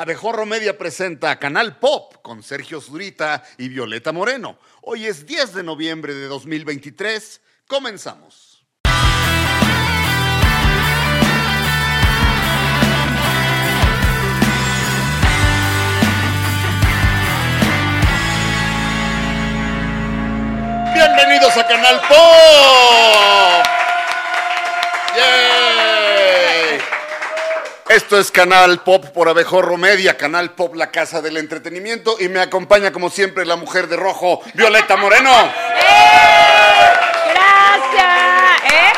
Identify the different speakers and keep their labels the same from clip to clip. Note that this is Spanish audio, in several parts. Speaker 1: Abejorro Media presenta Canal Pop con Sergio Zurita y Violeta Moreno. Hoy es 10 de noviembre de 2023. Comenzamos. Bienvenidos a Canal Pop. ¡Yay! Esto es Canal Pop por Abejorro Media, Canal Pop, la casa del entretenimiento, y me acompaña como siempre la mujer de rojo, Violeta Moreno.
Speaker 2: Gracias, ¿eh?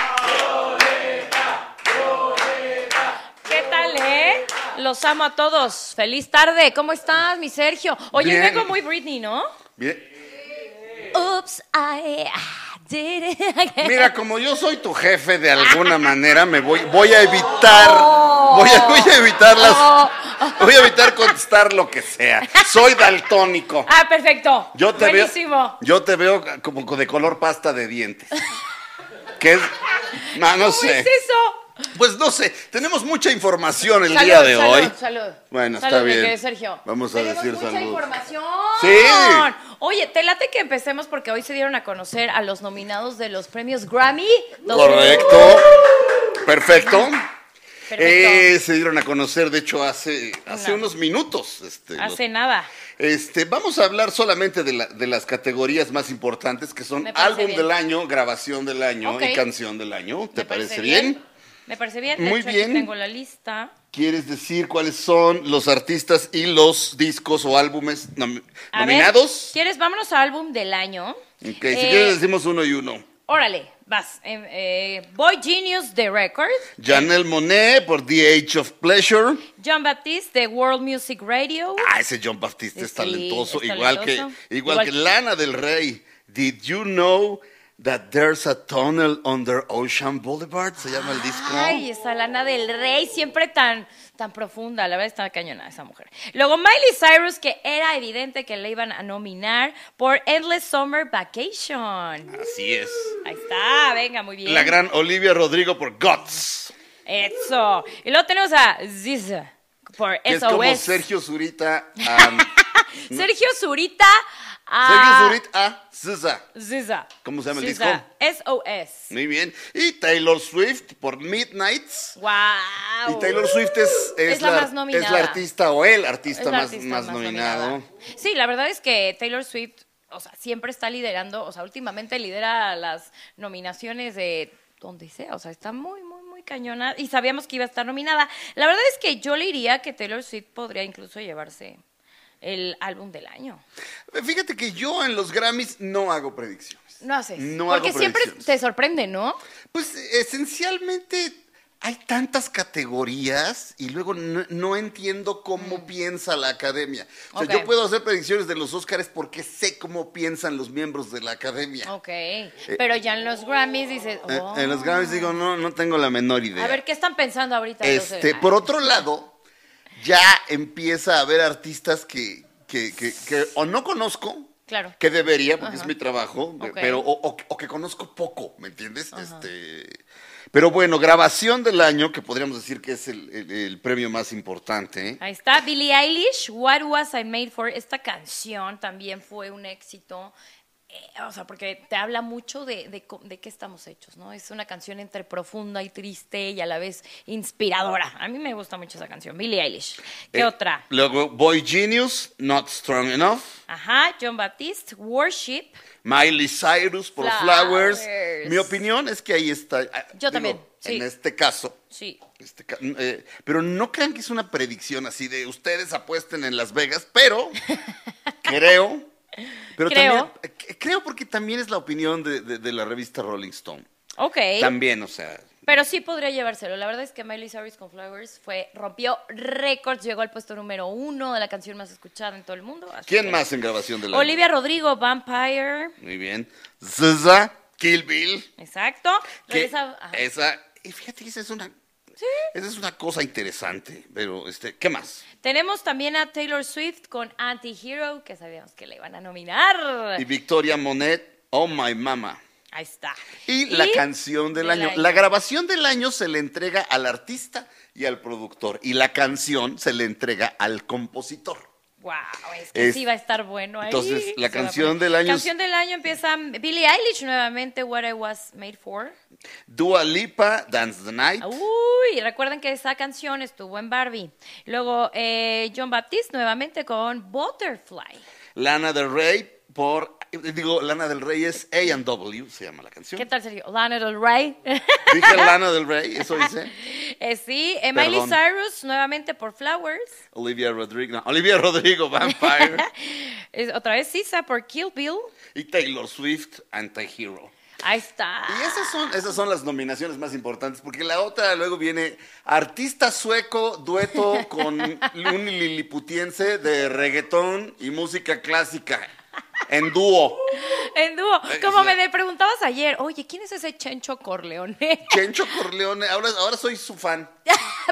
Speaker 2: ¿Qué tal, eh? Los amo a todos. Feliz tarde. ¿Cómo estás, mi Sergio? Oye,
Speaker 1: Bien.
Speaker 2: vengo muy Britney, ¿no?
Speaker 1: Bien.
Speaker 2: Oops, I did it again.
Speaker 1: Mira, como yo soy tu jefe de alguna manera, me voy, voy a evitar, voy a, voy a evitar las,
Speaker 2: Oh.
Speaker 1: voy a evitar contestar lo que sea. Soy daltónico.
Speaker 2: Ah, perfecto.
Speaker 1: Yo te
Speaker 2: Buenísimo.
Speaker 1: veo, yo te veo como de color pasta de dientes. ¿Qué es? No, no
Speaker 2: ¿Cómo
Speaker 1: sé.
Speaker 2: es eso?
Speaker 1: Pues no sé, tenemos mucha información el
Speaker 2: Salud,
Speaker 1: día de
Speaker 2: salud,
Speaker 1: hoy.
Speaker 2: Salud.
Speaker 1: Bueno,
Speaker 2: Salud,
Speaker 1: está
Speaker 2: mi
Speaker 1: bien.
Speaker 2: querido Sergio.
Speaker 1: Vamos a
Speaker 2: Tenemos
Speaker 1: decir
Speaker 2: mucha
Speaker 1: salud.
Speaker 2: información.
Speaker 1: Sí.
Speaker 2: Oye, te late que empecemos porque hoy se dieron a conocer a los nominados de los premios Grammy.
Speaker 1: Correcto. Perfecto.
Speaker 2: Perfecto.
Speaker 1: Eh, se dieron a conocer, de hecho, hace, hace
Speaker 2: No.
Speaker 1: unos minutos. Este, los-
Speaker 2: Hace nada.
Speaker 1: este, vamos a hablar solamente de, la- de las categorías más importantes, que son
Speaker 2: Me parece
Speaker 1: álbum
Speaker 2: bien.
Speaker 1: del año, grabación del año
Speaker 2: Ok.
Speaker 1: y canción del año. ¿Te
Speaker 2: Me
Speaker 1: parece bien?
Speaker 2: Me parece bien. De
Speaker 1: Muy
Speaker 2: hecho,
Speaker 1: bien.
Speaker 2: Aquí tengo la lista.
Speaker 1: ¿Quieres decir cuáles son los artistas y los discos o álbumes nom-
Speaker 2: A ver,
Speaker 1: nominados?
Speaker 2: ¿Quieres? Vámonos al álbum del año.
Speaker 1: Ok, si
Speaker 2: Eh,
Speaker 1: quieres decimos uno y uno.
Speaker 2: Órale, vas. Em, eh, Boy Genius, The Record.
Speaker 1: Janelle Monet por The Age of Pleasure.
Speaker 2: John Baptiste, The World Music Radio.
Speaker 1: Ah, ese John Baptiste es
Speaker 2: Sí,
Speaker 1: talentoso,
Speaker 2: es
Speaker 1: igual que
Speaker 2: talentoso.
Speaker 1: igual,
Speaker 2: Igual
Speaker 1: que
Speaker 2: que-
Speaker 1: Lana del Rey. Did you know that there's a tunnel under Ocean Boulevard? Se llama el disco.
Speaker 2: Ay, esa lana del rey, siempre tan, tan profunda. La verdad está cañona esa mujer. Luego Miley Cyrus, que era evidente que le iban a nominar por Endless Summer Vacation.
Speaker 1: Así es.
Speaker 2: Ahí está, venga, muy bien.
Speaker 1: La gran Olivia Rodrigo por Guts.
Speaker 2: Eso. Y luego tenemos a Ziz por
Speaker 1: Que es
Speaker 2: SOS.
Speaker 1: como Sergio Zurita. um,
Speaker 2: Sergio Zurita
Speaker 1: Sergio
Speaker 2: a
Speaker 1: Zurita ah, a Zsa.
Speaker 2: Ziza.
Speaker 1: ¿Cómo se llama el
Speaker 2: disco? SOS.
Speaker 1: Muy bien. Y Taylor Swift por Midnights.
Speaker 2: Wow.
Speaker 1: Y Taylor Swift es, es
Speaker 2: Es la más nominada.
Speaker 1: es la artista o el
Speaker 2: Es
Speaker 1: artista,
Speaker 2: la
Speaker 1: más,
Speaker 2: artista
Speaker 1: más nominado.
Speaker 2: nominada. Sí, la verdad es que Taylor Swift, o sea, siempre está liderando, o sea, últimamente lidera las nominaciones de donde sea, o sea, está muy, muy, muy cañona y sabíamos que iba a estar nominada. La verdad es que yo le diría que Taylor Swift podría incluso llevarse el álbum del año.
Speaker 1: Fíjate que yo en los Grammys no hago predicciones.
Speaker 2: No haces.
Speaker 1: No
Speaker 2: Porque
Speaker 1: hago
Speaker 2: siempre
Speaker 1: predicciones.
Speaker 2: te sorprende, ¿no?
Speaker 1: Pues esencialmente hay tantas categorías y luego no, no entiendo cómo piensa la academia. O sea,
Speaker 2: Mm. Ok.
Speaker 1: yo puedo hacer predicciones de los Óscares porque sé cómo piensan los miembros de la academia.
Speaker 2: Ok. Pero ya en los Grammys dices.
Speaker 1: Eh,
Speaker 2: oh.
Speaker 1: En los Grammys digo, no, no tengo la menor idea.
Speaker 2: A ver, ¿qué están pensando ahorita?
Speaker 1: Este,
Speaker 2: Entonces,
Speaker 1: por otro lado, ya empieza a haber artistas que, que- que- que o no conozco,
Speaker 2: Claro.
Speaker 1: que debería, porque
Speaker 2: Ajá.
Speaker 1: es mi trabajo,
Speaker 2: Ok.
Speaker 1: pero, o, o- o que conozco poco, ¿me entiendes? Este, pero bueno, grabación del año, que podríamos decir que es el, el- el premio más importante. ¿eh?
Speaker 2: Ahí está, Billie Eilish, What Was I Made For. Esta canción también fue un éxito. eh, o sea, porque te habla mucho de, de, co- de qué estamos hechos, ¿no? Es una canción entre profunda y triste y a la vez inspiradora. A mí me gusta mucho esa canción, Billie Eilish. ¿Qué
Speaker 1: Eh,
Speaker 2: otra?
Speaker 1: Luego, Boy Genius, Not Strong Enough.
Speaker 2: Ajá, John Baptiste, Worship.
Speaker 1: Miley Cyrus por Flowers.
Speaker 2: Flowers.
Speaker 1: Mi opinión es que ahí está. ah,
Speaker 2: Yo también, sí.
Speaker 1: En este caso,
Speaker 2: Sí,
Speaker 1: Este ca- eh, pero no crean que es una predicción así de ustedes apuesten en Las Vegas, pero creo. Pero
Speaker 2: Creo.
Speaker 1: también- eh, c- creo porque también es la opinión de, de- de la revista Rolling Stone.
Speaker 2: ok.
Speaker 1: También, o sea.
Speaker 2: Pero sí podría llevárselo. La verdad es que Miley Cyrus con Flowers fue, rompió récords, llegó al puesto número uno de la canción más escuchada en todo el mundo. así
Speaker 1: ¿Quién
Speaker 2: que-
Speaker 1: más en grabación de la
Speaker 2: Olivia Rodrigo, Vampire.
Speaker 1: Muy bien. Zaza, Kill Bill.
Speaker 2: Exacto.
Speaker 1: que
Speaker 2: Regresa- ah, ajá.
Speaker 1: esa. Y fíjate que esa es una. Esa es una cosa interesante. Pero, este, ¿qué más?
Speaker 2: Tenemos también a Taylor Swift con Anti-Hero, que sabíamos que le iban a nominar.
Speaker 1: Y Victoria Monet, Oh My Mama.
Speaker 2: Ahí está.
Speaker 1: Y la canción del año. La grabación del año se le entrega al artista y al productor. Y la canción se le entrega al compositor.
Speaker 2: Wow, es que
Speaker 1: Es-
Speaker 2: sí va a estar bueno ahí.
Speaker 1: Entonces, la
Speaker 2: Se va a
Speaker 1: canción
Speaker 2: poner-
Speaker 1: del año es-
Speaker 2: Canción del año empieza Billie Eilish nuevamente, What I Was Made For.
Speaker 1: Dua Lipa, Dance the Night.
Speaker 2: Uy, recuerden que esa canción estuvo en Barbie. Luego, eh, John Baptiste nuevamente con Butterfly.
Speaker 1: Lana del Rey por. eh, Digo, Lana del Rey es A&W, se llama la canción.
Speaker 2: ¿Qué tal, Sergio? Lana Del Rey.
Speaker 1: Dije Lana del Rey, eso dice.
Speaker 2: Eh, sí, eh,
Speaker 1: Perdón.
Speaker 2: Miley Cyrus nuevamente por Flowers.
Speaker 1: Olivia Rodrigo. no, Olivia Rodrigo, Vampire.
Speaker 2: Es- otra vez Sisa por Kill Bill.
Speaker 1: y Taylor Swift, Anti-Hero.
Speaker 2: Ahí está.
Speaker 1: Y esas son, esas son las nominaciones más importantes, porque la otra luego viene artista sueco, dueto con un liliputiense de reggaetón y música clásica, en dúo.
Speaker 2: En dúo.
Speaker 1: Eh,
Speaker 2: Como
Speaker 1: sí.
Speaker 2: me de- preguntabas ayer, oye, ¿quién es ese Chencho Corleone?
Speaker 1: Chencho Corleone, ahora, ahora soy su fan.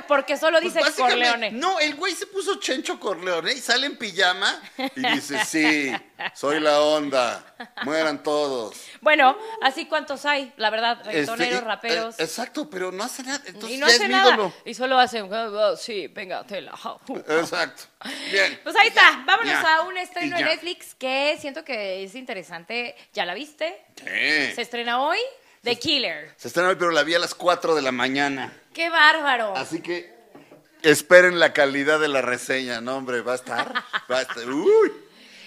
Speaker 2: Porque solo
Speaker 1: Pues
Speaker 2: dice
Speaker 1: básicamente-
Speaker 2: Corleone.
Speaker 1: No, el güey se puso Chencho Corleone y sale en pijama y dice, sí, soy la onda, mueran todos.
Speaker 2: Bueno, así cuántos hay, la verdad, reggaetoneros,
Speaker 1: Este, y-
Speaker 2: raperos.
Speaker 1: eh, exacto, pero no hace nada, entonces
Speaker 2: y no
Speaker 1: ya
Speaker 2: hace
Speaker 1: es mi
Speaker 2: nada.
Speaker 1: ídolo.
Speaker 2: Y solo hace, "Ah, ah, sí, venga, tela. ja, ju".
Speaker 1: Exacto, bien.
Speaker 2: Pues ahí está, vámonos
Speaker 1: Ya.
Speaker 2: a un estreno
Speaker 1: Y
Speaker 2: de
Speaker 1: ya.
Speaker 2: Netflix que siento que es interesante. ¿Ya la viste?
Speaker 1: Sí.
Speaker 2: Se estrena hoy The Killer.
Speaker 1: Se están hoy, pero la vi a las 4 de la mañana.
Speaker 2: ¡Qué bárbaro!
Speaker 1: Así que esperen la calidad de la reseña, no, hombre, va a estar. Va a estar. Uy.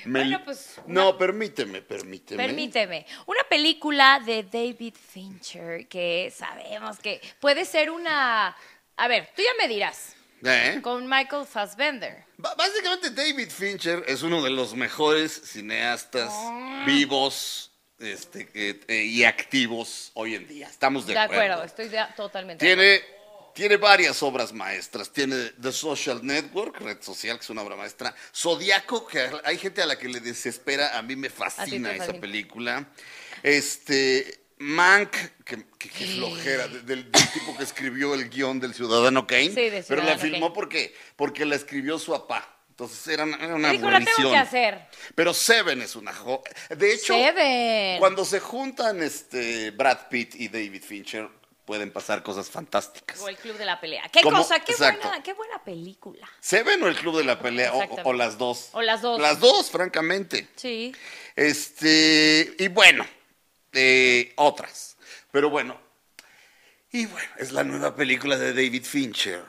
Speaker 1: Me-
Speaker 2: Bueno, pues,
Speaker 1: no, permíteme, permíteme.
Speaker 2: Permíteme. Una película de David Fincher que sabemos que puede ser una... A ver, tú ya me dirás.
Speaker 1: ¿Eh?
Speaker 2: Con Michael Fassbender.
Speaker 1: Ba- Básicamente David Fincher es uno de los mejores cineastas
Speaker 2: Ah.
Speaker 1: vivos este, eh, eh, y activos hoy en día. Estamos de,
Speaker 2: De acuerdo, estoy de- totalmente. de
Speaker 1: Tiene, tiene varias obras maestras. Tiene The Social Network, Red Social, que es una obra maestra. Zodíaco, que a- hay gente a la que le desespera. A mí me fascina
Speaker 2: te
Speaker 1: esa
Speaker 2: fascina.
Speaker 1: película. Este. Mank, que, que- que flojera, de- del, del tipo que escribió el guión del Ciudadano Kane.
Speaker 2: Sí, de
Speaker 1: pero la
Speaker 2: Ciudadano
Speaker 1: filmó
Speaker 2: Kane.
Speaker 1: porque, porque la escribió su papá. Entonces era una, era una
Speaker 2: acuerdo. Dijo, la tengo
Speaker 1: aburrición".
Speaker 2: que hacer.
Speaker 1: Pero Seven es una jo... De hecho,
Speaker 2: Seven.
Speaker 1: cuando se juntan este Brad Pitt y David Fincher, pueden pasar cosas fantásticas.
Speaker 2: O el Club de la Pelea. Qué
Speaker 1: Como-
Speaker 2: cosa, qué
Speaker 1: exacto.
Speaker 2: buena, qué buena película.
Speaker 1: ¿Seven o el Club de la Pelea? O- O,
Speaker 2: Exactamente.
Speaker 1: o las dos.
Speaker 2: O las dos.
Speaker 1: Las dos, francamente.
Speaker 2: Sí.
Speaker 1: Este, y bueno, eh, otras. Pero bueno, y bueno, es la nueva película de David Fincher.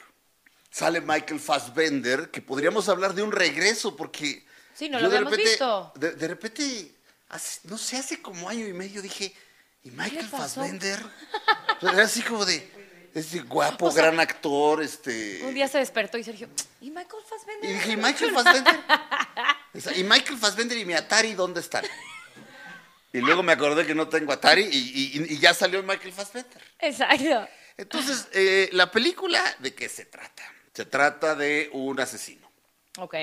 Speaker 1: Sale Michael Fassbender, que podríamos hablar de un regreso, porque.
Speaker 2: Sí, no
Speaker 1: yo
Speaker 2: lo
Speaker 1: de
Speaker 2: habíamos
Speaker 1: repente-
Speaker 2: visto.
Speaker 1: De, de repente, hace- no sé, hace como año y medio dije, ¿y Michael
Speaker 2: pasó?
Speaker 1: Fassbender? O sea, Era así como de. Este guapo,
Speaker 2: sea,
Speaker 1: gran actor, este.
Speaker 2: Un día se despertó y Sergio, ¿y Michael
Speaker 1: Y
Speaker 2: Fassbender?
Speaker 1: dije, ¿y Michael Fassbender? Esa- ¿Y Michael Fassbender y mi Atari dónde están? Y luego me acordé que no tengo Atari y, y- y ya salió Michael Fassbender.
Speaker 2: Exacto.
Speaker 1: Entonces, eh, la película, ¿de qué se trata? Se trata de un asesino,
Speaker 2: Ok.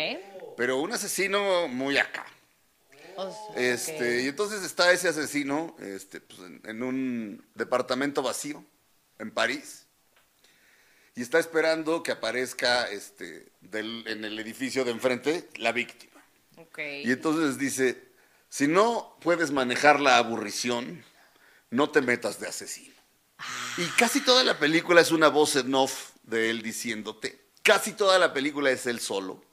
Speaker 1: pero un asesino muy acá.
Speaker 2: O sea,
Speaker 1: Este,
Speaker 2: ok.
Speaker 1: Y entonces está ese asesino este, pues, en, en un departamento vacío en París y está esperando que aparezca este, del- en el edificio de enfrente la víctima.
Speaker 2: Ok.
Speaker 1: Y entonces dice, si no puedes manejar la aburrición, no te metas de asesino. Y casi toda la película es una voz en off de él diciéndote. Casi toda la película es él solo.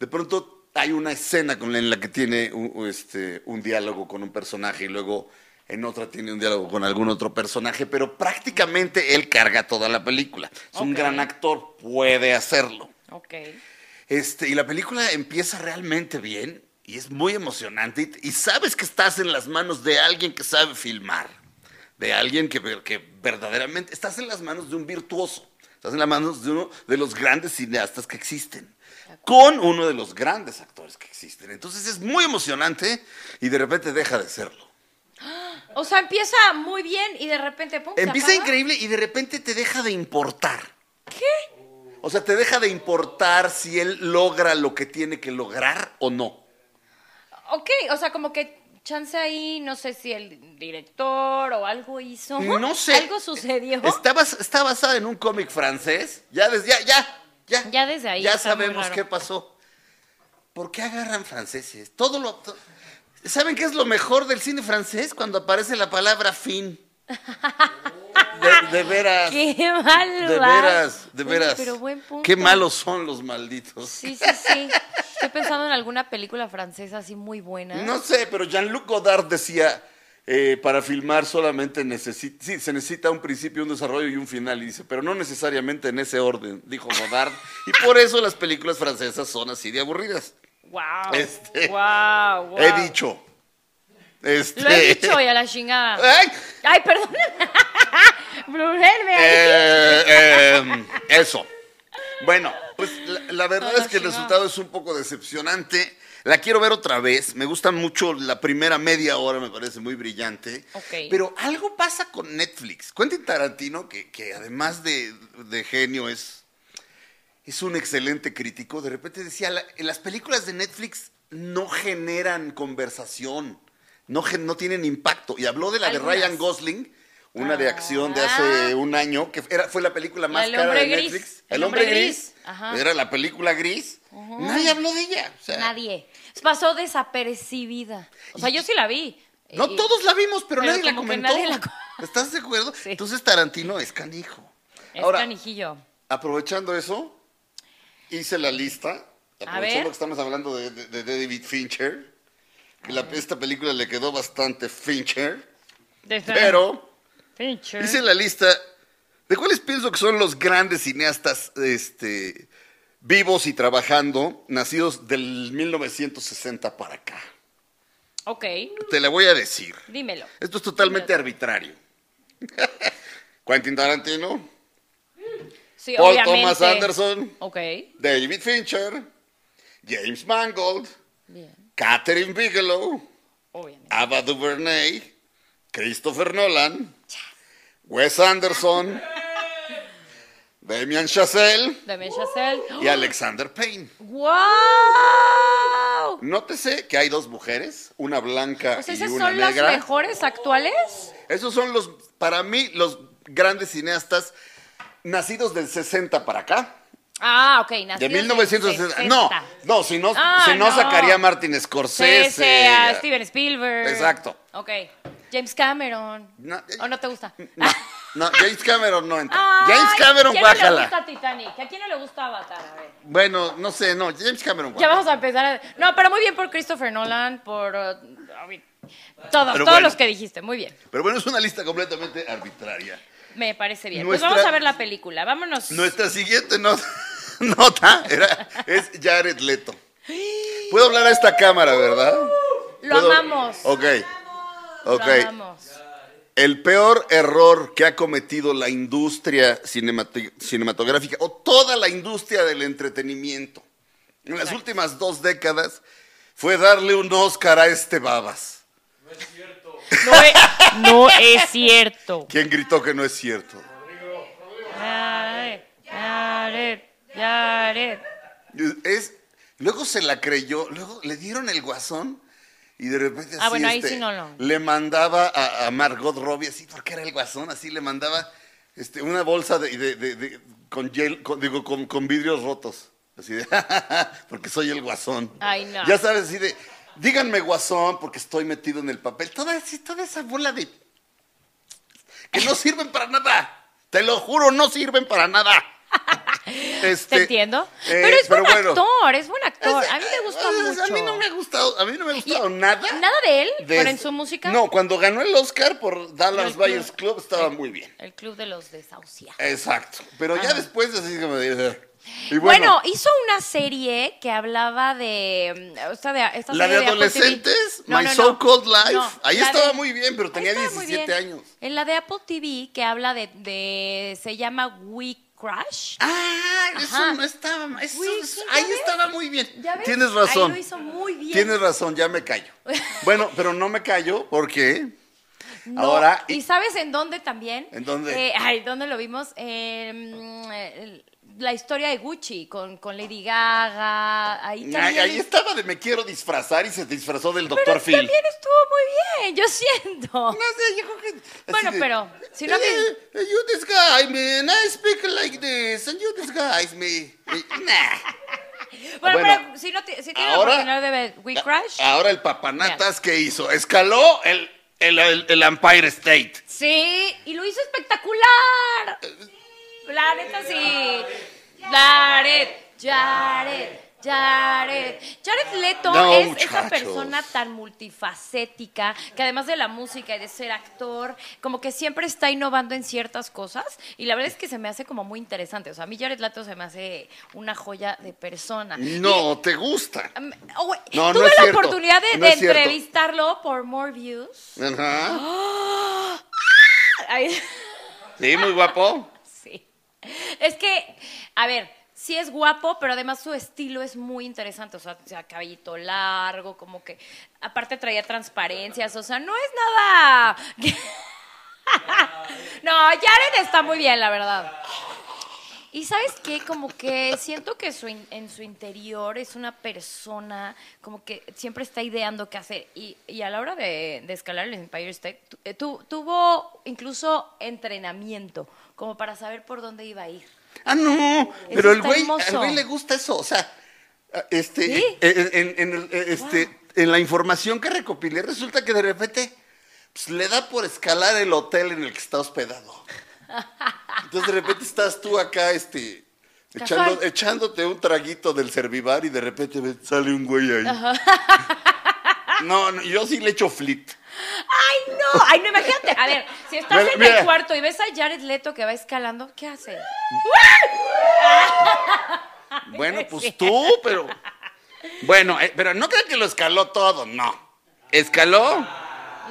Speaker 1: De pronto hay una escena con la- en la que tiene un, un, este, un diálogo con un personaje y luego en otra tiene un diálogo con algún otro personaje, pero prácticamente él carga toda la película. Es un
Speaker 2: Ok.
Speaker 1: gran actor, puede hacerlo.
Speaker 2: Ok.
Speaker 1: Este, y la película empieza realmente bien y es muy emocionante y, y sabes que estás en las manos de alguien que sabe filmar, de alguien que, ver- que verdaderamente estás en las manos de un virtuoso, estás en las manos de uno de los grandes cineastas que existen, con uno de los grandes actores que existen. Entonces es muy emocionante y de repente deja de serlo.
Speaker 2: O sea, empieza muy bien y de repente, pum, se
Speaker 1: Empieza
Speaker 2: acaba.
Speaker 1: increíble y de repente te deja de importar. ¿Qué? O sea, te deja de importar si él logra lo que tiene que lograr o no.
Speaker 2: Ok, o sea, como que chance ahí, no sé si el director o algo hizo.
Speaker 1: No sé.
Speaker 2: Algo sucedió.
Speaker 1: Está, bas- está basada en un cómic francés. Ya desde ya, ya, ya.
Speaker 2: Ya desde ahí
Speaker 1: Ya
Speaker 2: está muy
Speaker 1: sabemos
Speaker 2: raro.
Speaker 1: qué pasó. ¿Por qué agarran franceses? Todo lo. to- ¿Saben qué es lo mejor del cine francés? Cuando aparece la palabra fin. De, de veras.
Speaker 2: Qué mal
Speaker 1: De
Speaker 2: vas.
Speaker 1: veras, de
Speaker 2: Oye,
Speaker 1: veras.
Speaker 2: pero buen punto.
Speaker 1: Qué malos son los malditos.
Speaker 2: Sí, sí, sí. Estoy pensando en alguna película francesa así muy buena.
Speaker 1: No sé, pero Jean-Luc Godard decía, eh, para filmar solamente necesi- sí, se necesita un principio, un desarrollo y un final, y dice, pero no necesariamente en ese orden, dijo Godard. y por eso las películas francesas son así de aburridas.
Speaker 2: Wow.
Speaker 1: Este,
Speaker 2: wow, wow.
Speaker 1: He dicho. Este, ¿Eh?
Speaker 2: Lo he dicho y a la chingada.
Speaker 1: ¡Ay!
Speaker 2: Ay, perdóname. Bruel, me
Speaker 1: Eh, eh, eso. Bueno, pues la, la verdad
Speaker 2: Hola,
Speaker 1: es que el
Speaker 2: Shiva.
Speaker 1: resultado es un poco decepcionante. La quiero ver otra vez. Me gusta mucho la primera media hora, me parece muy brillante.
Speaker 2: Ok.
Speaker 1: Pero algo pasa con Netflix. Quentin Tarantino, que, que además de, de genio es, es un excelente crítico, de repente decía, "La- las películas de Netflix no generan conversación, no, gen- no tienen impacto. Y habló de la
Speaker 2: Algunas.
Speaker 1: de Ryan Gosling, una de acción de hace un año, que era, fue la película más
Speaker 2: El
Speaker 1: cara
Speaker 2: Ah. hombre
Speaker 1: de
Speaker 2: gris.
Speaker 1: Netflix. El, hombre, gris.
Speaker 2: Ajá.
Speaker 1: Era la película gris. Nadie habló de ella. o sea,
Speaker 2: Nadie. Pasó desapercibida. O sea, yo sí la vi. Eh,
Speaker 1: No
Speaker 2: Y-
Speaker 1: todos la vimos, pero,
Speaker 2: pero
Speaker 1: nadie la
Speaker 2: como que
Speaker 1: comentó.
Speaker 2: nadie la co-
Speaker 1: ¿Estás de acuerdo?
Speaker 2: Sí.
Speaker 1: Entonces Tarantino es canijo.
Speaker 2: Es
Speaker 1: Ahora,
Speaker 2: canijillo.
Speaker 1: aprovechando eso, hice la lista.
Speaker 2: A ver.
Speaker 1: Aprovechando que estamos hablando de, de- de David Fincher. que la- esta película le quedó bastante Fincher.
Speaker 2: Desde-
Speaker 1: Pero
Speaker 2: Fincher.
Speaker 1: hice la lista de cuáles pienso que son los grandes cineastas este, vivos y trabajando, nacidos del 1960 para acá.
Speaker 2: Ok,
Speaker 1: Te la voy a decir.
Speaker 2: dímelo.
Speaker 1: Esto es totalmente arbitrario. Quentin Tarantino,
Speaker 2: Sí,
Speaker 1: Paul
Speaker 2: obviamente.
Speaker 1: Thomas Anderson,
Speaker 2: Ok,
Speaker 1: David Fincher, James Mangold,
Speaker 2: bien,
Speaker 1: Catherine Bigelow,
Speaker 2: obviamente.
Speaker 1: Ava DuVernay, Christopher Nolan, Wes Anderson, Damien Chazelle
Speaker 2: Damien Chazelle.
Speaker 1: y Alexander Payne.
Speaker 2: ¡Wow!
Speaker 1: Nótese que hay dos mujeres, una blanca
Speaker 2: O sea,
Speaker 1: y
Speaker 2: Pues ¿esas
Speaker 1: una
Speaker 2: son
Speaker 1: negra.
Speaker 2: las mejores actuales?
Speaker 1: Esos son los, para mí, los grandes cineastas nacidos del 60 para acá.
Speaker 2: Ah, ok, nació
Speaker 1: De 1960. No, no, si no,
Speaker 2: Ah,
Speaker 1: si no,
Speaker 2: no.
Speaker 1: sacaría a Martin
Speaker 2: Sí, sí,
Speaker 1: Scorsese.
Speaker 2: a Steven Spielberg.
Speaker 1: Exacto.
Speaker 2: Ok. James Cameron.
Speaker 1: No, eh,
Speaker 2: ¿O no te gusta?
Speaker 1: No, no, James Cameron no entra.
Speaker 2: Ay,
Speaker 1: James Cameron,
Speaker 2: ¿quién no le
Speaker 1: bájala.
Speaker 2: gusta Titanic? ¿A quién no le gusta Avatar? A ver.
Speaker 1: Bueno, no sé, no, James Cameron,
Speaker 2: Ya
Speaker 1: guácala.
Speaker 2: vamos a empezar a... No, pero muy bien por Christopher Nolan, por... uh, a ver, todos,
Speaker 1: Pero
Speaker 2: todos
Speaker 1: bueno.
Speaker 2: los que dijiste, muy bien.
Speaker 1: Pero bueno, es una lista completamente arbitraria.
Speaker 2: Me parece bien.
Speaker 1: Nuestra-
Speaker 2: Pues vamos a ver la película, vámonos.
Speaker 1: Nuestra siguiente no- nota era, es Jared Leto. Puedo hablar a esta cámara, ¿verdad?
Speaker 2: Lo
Speaker 1: Puedo-
Speaker 2: amamos.
Speaker 1: Ok. Ok.
Speaker 2: Lo amamos.
Speaker 1: El peor error que ha cometido la industria cinemati- cinematográfica o toda la industria del entretenimiento en las últimas dos décadas fue darle un Oscar a este babas.
Speaker 2: No es, no es cierto.
Speaker 1: ¿Quién gritó que no es cierto?
Speaker 2: Yaret, Yaret, Yaret.
Speaker 1: Es, luego se la creyó, luego le dieron el guasón y de repente
Speaker 2: Ah,
Speaker 1: así,
Speaker 2: bueno, ahí
Speaker 1: este,
Speaker 2: sí no lo-
Speaker 1: le mandaba a, a Margot Robbie así, porque era el guasón, así le mandaba este, una bolsa de, de- de- de- con, hiel- con- digo, con, con vidrios rotos, así de, porque soy el guasón.
Speaker 2: Ay, no.
Speaker 1: Ya sabes, así de, díganme guasón porque estoy metido en el papel. Toda, así- toda esa bola de... que no sirven para nada. Te lo juro, no sirven para nada. Este,
Speaker 2: Te entiendo.
Speaker 1: eh,
Speaker 2: pero es buen
Speaker 1: bueno.
Speaker 2: actor, es buen actor. A mí me gusta
Speaker 1: Es-
Speaker 2: mucho.
Speaker 1: Pues, A mí no me ha gustado, a mí no me ha gustado
Speaker 2: Y-
Speaker 1: nada.
Speaker 2: ¿Nada de él?
Speaker 1: de-
Speaker 2: ¿Pero en su música?
Speaker 1: No, cuando ganó el Oscar por
Speaker 2: Pero el
Speaker 1: Dallas
Speaker 2: club-
Speaker 1: Buyers Club estaba muy bien.
Speaker 2: El club de los desahuciados.
Speaker 1: Exacto. Pero ya
Speaker 2: Ajá.
Speaker 1: después así como de- y
Speaker 2: Bueno,
Speaker 1: bueno,
Speaker 2: hizo una serie que hablaba de. mm, O sea, de esta
Speaker 1: la de
Speaker 2: serie Apple TV.
Speaker 1: adolescentes,
Speaker 2: pues, No,
Speaker 1: My
Speaker 2: no, no.
Speaker 1: So Called Life,
Speaker 2: No,
Speaker 1: ahí
Speaker 2: la
Speaker 1: estaba
Speaker 2: de-
Speaker 1: muy bien, pero
Speaker 2: ahí
Speaker 1: tenía
Speaker 2: estaba muy
Speaker 1: 17
Speaker 2: bien.
Speaker 1: años.
Speaker 2: En la de Apple TV que habla de. de- se llama We Crash.
Speaker 1: Ah,
Speaker 2: Ajá.
Speaker 1: eso no estaba, eso-
Speaker 2: Uy,
Speaker 1: eso-
Speaker 2: sí, ya
Speaker 1: ahí
Speaker 2: ves.
Speaker 1: estaba muy bien.
Speaker 2: ¿Ya ves?
Speaker 1: Tienes
Speaker 2: Ahí
Speaker 1: razón.
Speaker 2: lo hizo muy bien.
Speaker 1: Tienes razón, ya me callo. Bueno, pero no me callo porque
Speaker 2: No,
Speaker 1: ahora
Speaker 2: ¿Y sabes en dónde también?
Speaker 1: ¿En dónde?
Speaker 2: Eh, ay, ¿dónde lo vimos? Eh, mm, el- la historia de Gucci con, con Lady Gaga. Ahí también.
Speaker 1: Ay, ahí estaba de me quiero disfrazar y se disfrazó del
Speaker 2: Pero
Speaker 1: doctor Phil.
Speaker 2: también estuvo muy bien, yo siento.
Speaker 1: No sé, yo creo que- así
Speaker 2: Bueno,
Speaker 1: de,
Speaker 2: pero, si no
Speaker 1: "Eh,
Speaker 2: te-
Speaker 1: You disguise me and I speak like this and you disguise me. Eh, nah.
Speaker 2: Bueno,
Speaker 1: Bueno,
Speaker 2: pero si, no ti- si tiene
Speaker 1: ahora- ah.
Speaker 2: la oportunidad de ver We Crash,
Speaker 1: Ahora el papanatas, ¿qué hizo? Escaló el, el, el- el Empire State.
Speaker 2: sí, y lo hizo espectacular.
Speaker 1: Eh,
Speaker 2: La neta sí. Jared, Jared, Jared. Jared Leto
Speaker 1: No,
Speaker 2: es
Speaker 1: muchachos.
Speaker 2: esa persona tan multifacética que además de la música y de ser actor, como que siempre está innovando en ciertas cosas y la verdad es que se me hace como muy interesante. O sea, a mí Jared Leto se me hace una joya de persona.
Speaker 1: No, te gusta.
Speaker 2: Um, oh, güey,
Speaker 1: No, no
Speaker 2: tuve
Speaker 1: es
Speaker 2: la
Speaker 1: cierto,
Speaker 2: oportunidad de,
Speaker 1: no
Speaker 2: de
Speaker 1: es cierto.
Speaker 2: entrevistarlo por More Views.
Speaker 1: Ajá.
Speaker 2: Ay,
Speaker 1: Sí, muy guapo.
Speaker 2: sí. Es que, a ver, sí es guapo, pero además su estilo es muy interesante. O sea, o sea, cabellito largo, como que. Aparte traía transparencias. O sea, no es nada. no, Jared está muy bien, la verdad. Y sabes qué, como que siento que su in- en su interior es una persona como que siempre está ideando qué hacer. Y, y a la hora de, de escalar el Empire State, tu- eh, tu- tuvo incluso entrenamiento, como para saber por dónde iba a ir.
Speaker 1: Ah, no. Pero el
Speaker 2: está
Speaker 1: güey, al
Speaker 2: hermoso.
Speaker 1: güey le gusta eso. O sea, este,
Speaker 2: ¿Sí?
Speaker 1: en, en- en el- eh, este, en la información que recopilé, resulta que de repente pues, le da por escalar el hotel en el que está hospedado. Entonces de repente estás tú acá, este.
Speaker 2: Casual.
Speaker 1: echando- echándote un traguito del servivar y de repente ve- sale un güey ahí. No, no, yo sí le echo flit.
Speaker 2: ¡Ay, no! ¡Ay, no, imagínate! A ver, si estás
Speaker 1: Mira,
Speaker 2: en
Speaker 1: mira.
Speaker 2: el cuarto y ves a Jared Leto que va escalando, ¿qué hace?
Speaker 1: Bueno, pues tú, pero. Bueno, eh, pero no creo que lo escaló todo, no. Escaló.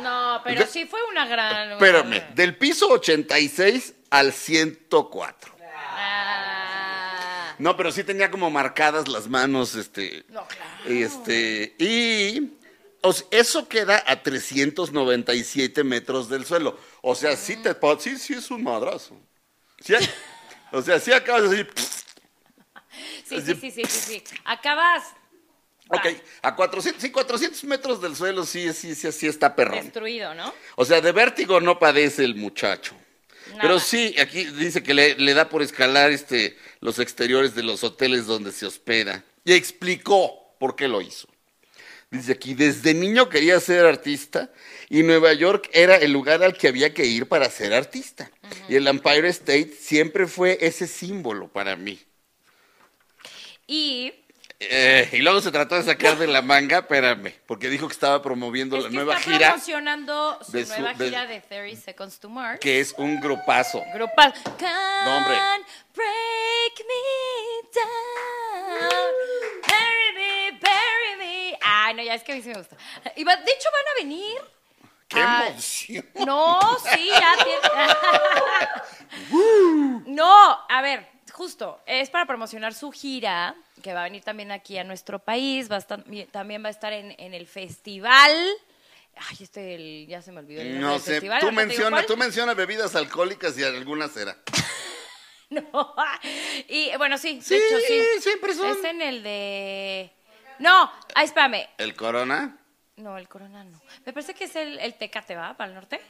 Speaker 2: No, pero sí fue una gran...
Speaker 1: Espérame, del piso 86 al 104.
Speaker 2: Ah,
Speaker 1: No, pero sí tenía como marcadas las manos, este.
Speaker 2: no, claro.
Speaker 1: Este. Y. o sea, eso queda a 397 metros del suelo. O sea, sí te. pa- Sí, sí es un madrazo. Sí, o sea, sí acabas de decir.
Speaker 2: Sí, sí, sí, sí, sí, sí. Acabas
Speaker 1: Ok, a 400, sí, 400 metros del suelo sí, sí, sí, sí está perrón.
Speaker 2: destruido, ¿no?
Speaker 1: O sea, de vértigo no padece el muchacho.
Speaker 2: Nada.
Speaker 1: Pero sí, aquí dice que le, le da por escalar este, los exteriores de los hoteles donde se hospeda. Y explicó por qué lo hizo. Dice aquí, desde niño quería ser artista y Nueva York era el lugar al que había que ir para ser artista. Y el Empire State siempre fue ese símbolo para mí.
Speaker 2: Y
Speaker 1: Eh, y luego se trató de sacar de la manga, espérame, porque dijo que estaba promoviendo
Speaker 2: es
Speaker 1: la
Speaker 2: que
Speaker 1: nueva
Speaker 2: está
Speaker 1: gira,
Speaker 2: promocionando su
Speaker 1: de su-
Speaker 2: nueva
Speaker 1: de-
Speaker 2: gira de 30 Seconds to Mars.
Speaker 1: que es un grupazo.
Speaker 2: Grupal.
Speaker 1: No, hombre.
Speaker 2: Can't break me down. Bury me, bury me. Ay, no, ya es que a mí sí me gusta. Y va- de hecho van a venir.
Speaker 1: ¡Qué
Speaker 2: Ah,
Speaker 1: emoción!
Speaker 2: No, sí, ya tiene- no, a ver, justo, es para promocionar su gira, que va a venir también aquí a nuestro país, va a estar- también va a estar en, en el festival. Ay, este, el- ya se me olvidó el nombre
Speaker 1: No
Speaker 2: del
Speaker 1: sé,
Speaker 2: festival.
Speaker 1: tú
Speaker 2: ahorita te digo
Speaker 1: menciona,
Speaker 2: cuál.
Speaker 1: tú menciona bebidas alcohólicas y alguna será.
Speaker 2: No. Y bueno, sí,
Speaker 1: Sí,
Speaker 2: de hecho, sí. Este-
Speaker 1: siempre son.
Speaker 2: Es en el de. No, ah, espérame.
Speaker 1: ¿El corona?
Speaker 2: No, el Corona no. Me parece que es el, el Tecate, ¿va? ¿Para el norte?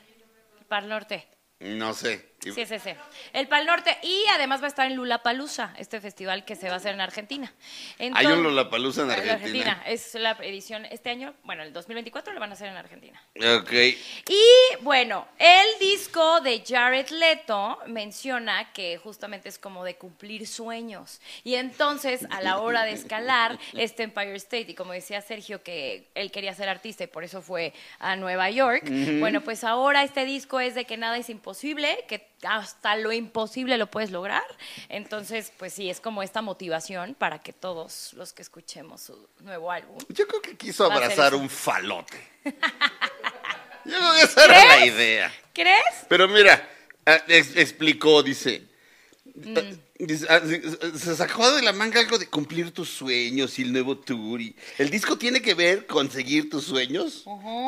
Speaker 2: Para el norte.
Speaker 1: No sé. Y-
Speaker 2: Sí, es ese. El Pal Norte. Y además va a estar en Lulapalooza, este festival que se va a hacer en Argentina.
Speaker 1: Hay un
Speaker 2: Entonces-
Speaker 1: Lollapalooza en
Speaker 2: En
Speaker 1: Argentina.
Speaker 2: Es la edición este año. Bueno, el 2024 lo van a hacer en Argentina.
Speaker 1: Ok.
Speaker 2: Y bueno, el disco de Jared Leto menciona que justamente es como de cumplir sueños. Y entonces, a la hora de escalar este Empire State, y como decía Sergio, que él quería ser artista y por eso fue a Nueva York, bueno, pues ahora este disco es de que nada es imposible, que hasta lo imposible lo puedes lograr. Entonces, pues sí, es como esta motivación para que todos los que escuchemos su nuevo álbum.
Speaker 1: Yo creo que quiso
Speaker 2: Va a ser
Speaker 1: abrazar
Speaker 2: eso.
Speaker 1: un falote. Yo creo que esa era la
Speaker 2: ¿Crees?
Speaker 1: idea.
Speaker 2: ¿Crees?
Speaker 1: Pero mira, ah, ex- explicó, dice. ah, dice, ah, se- se- Se sacó de la manga algo de cumplir tus sueños y el nuevo tour. y- el disco tiene que ver conseguir tus sueños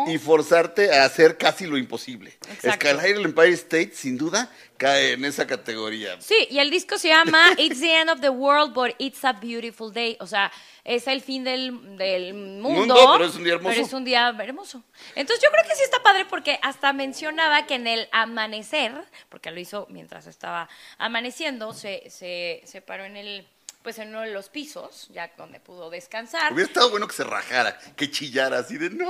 Speaker 1: y forzarte a hacer casi lo imposible.
Speaker 2: Exacto.
Speaker 1: Escalar el Empire State, sin duda, cae en esa categoría.
Speaker 2: Sí, y el disco se llama It's the End of the World, but It's a Beautiful Day. O sea, es el fin del, del mundo,
Speaker 1: Mundo, pero es un día hermoso.
Speaker 2: pero es un día hermoso. Entonces yo creo que sí está padre porque hasta mencionaba que en el amanecer, porque lo hizo mientras estaba amaneciendo, se, se, se paró en el... pues, pues en uno de los pisos, ya donde pudo descansar.
Speaker 1: Hubiera estado bueno que se rajara, que chillara así de no.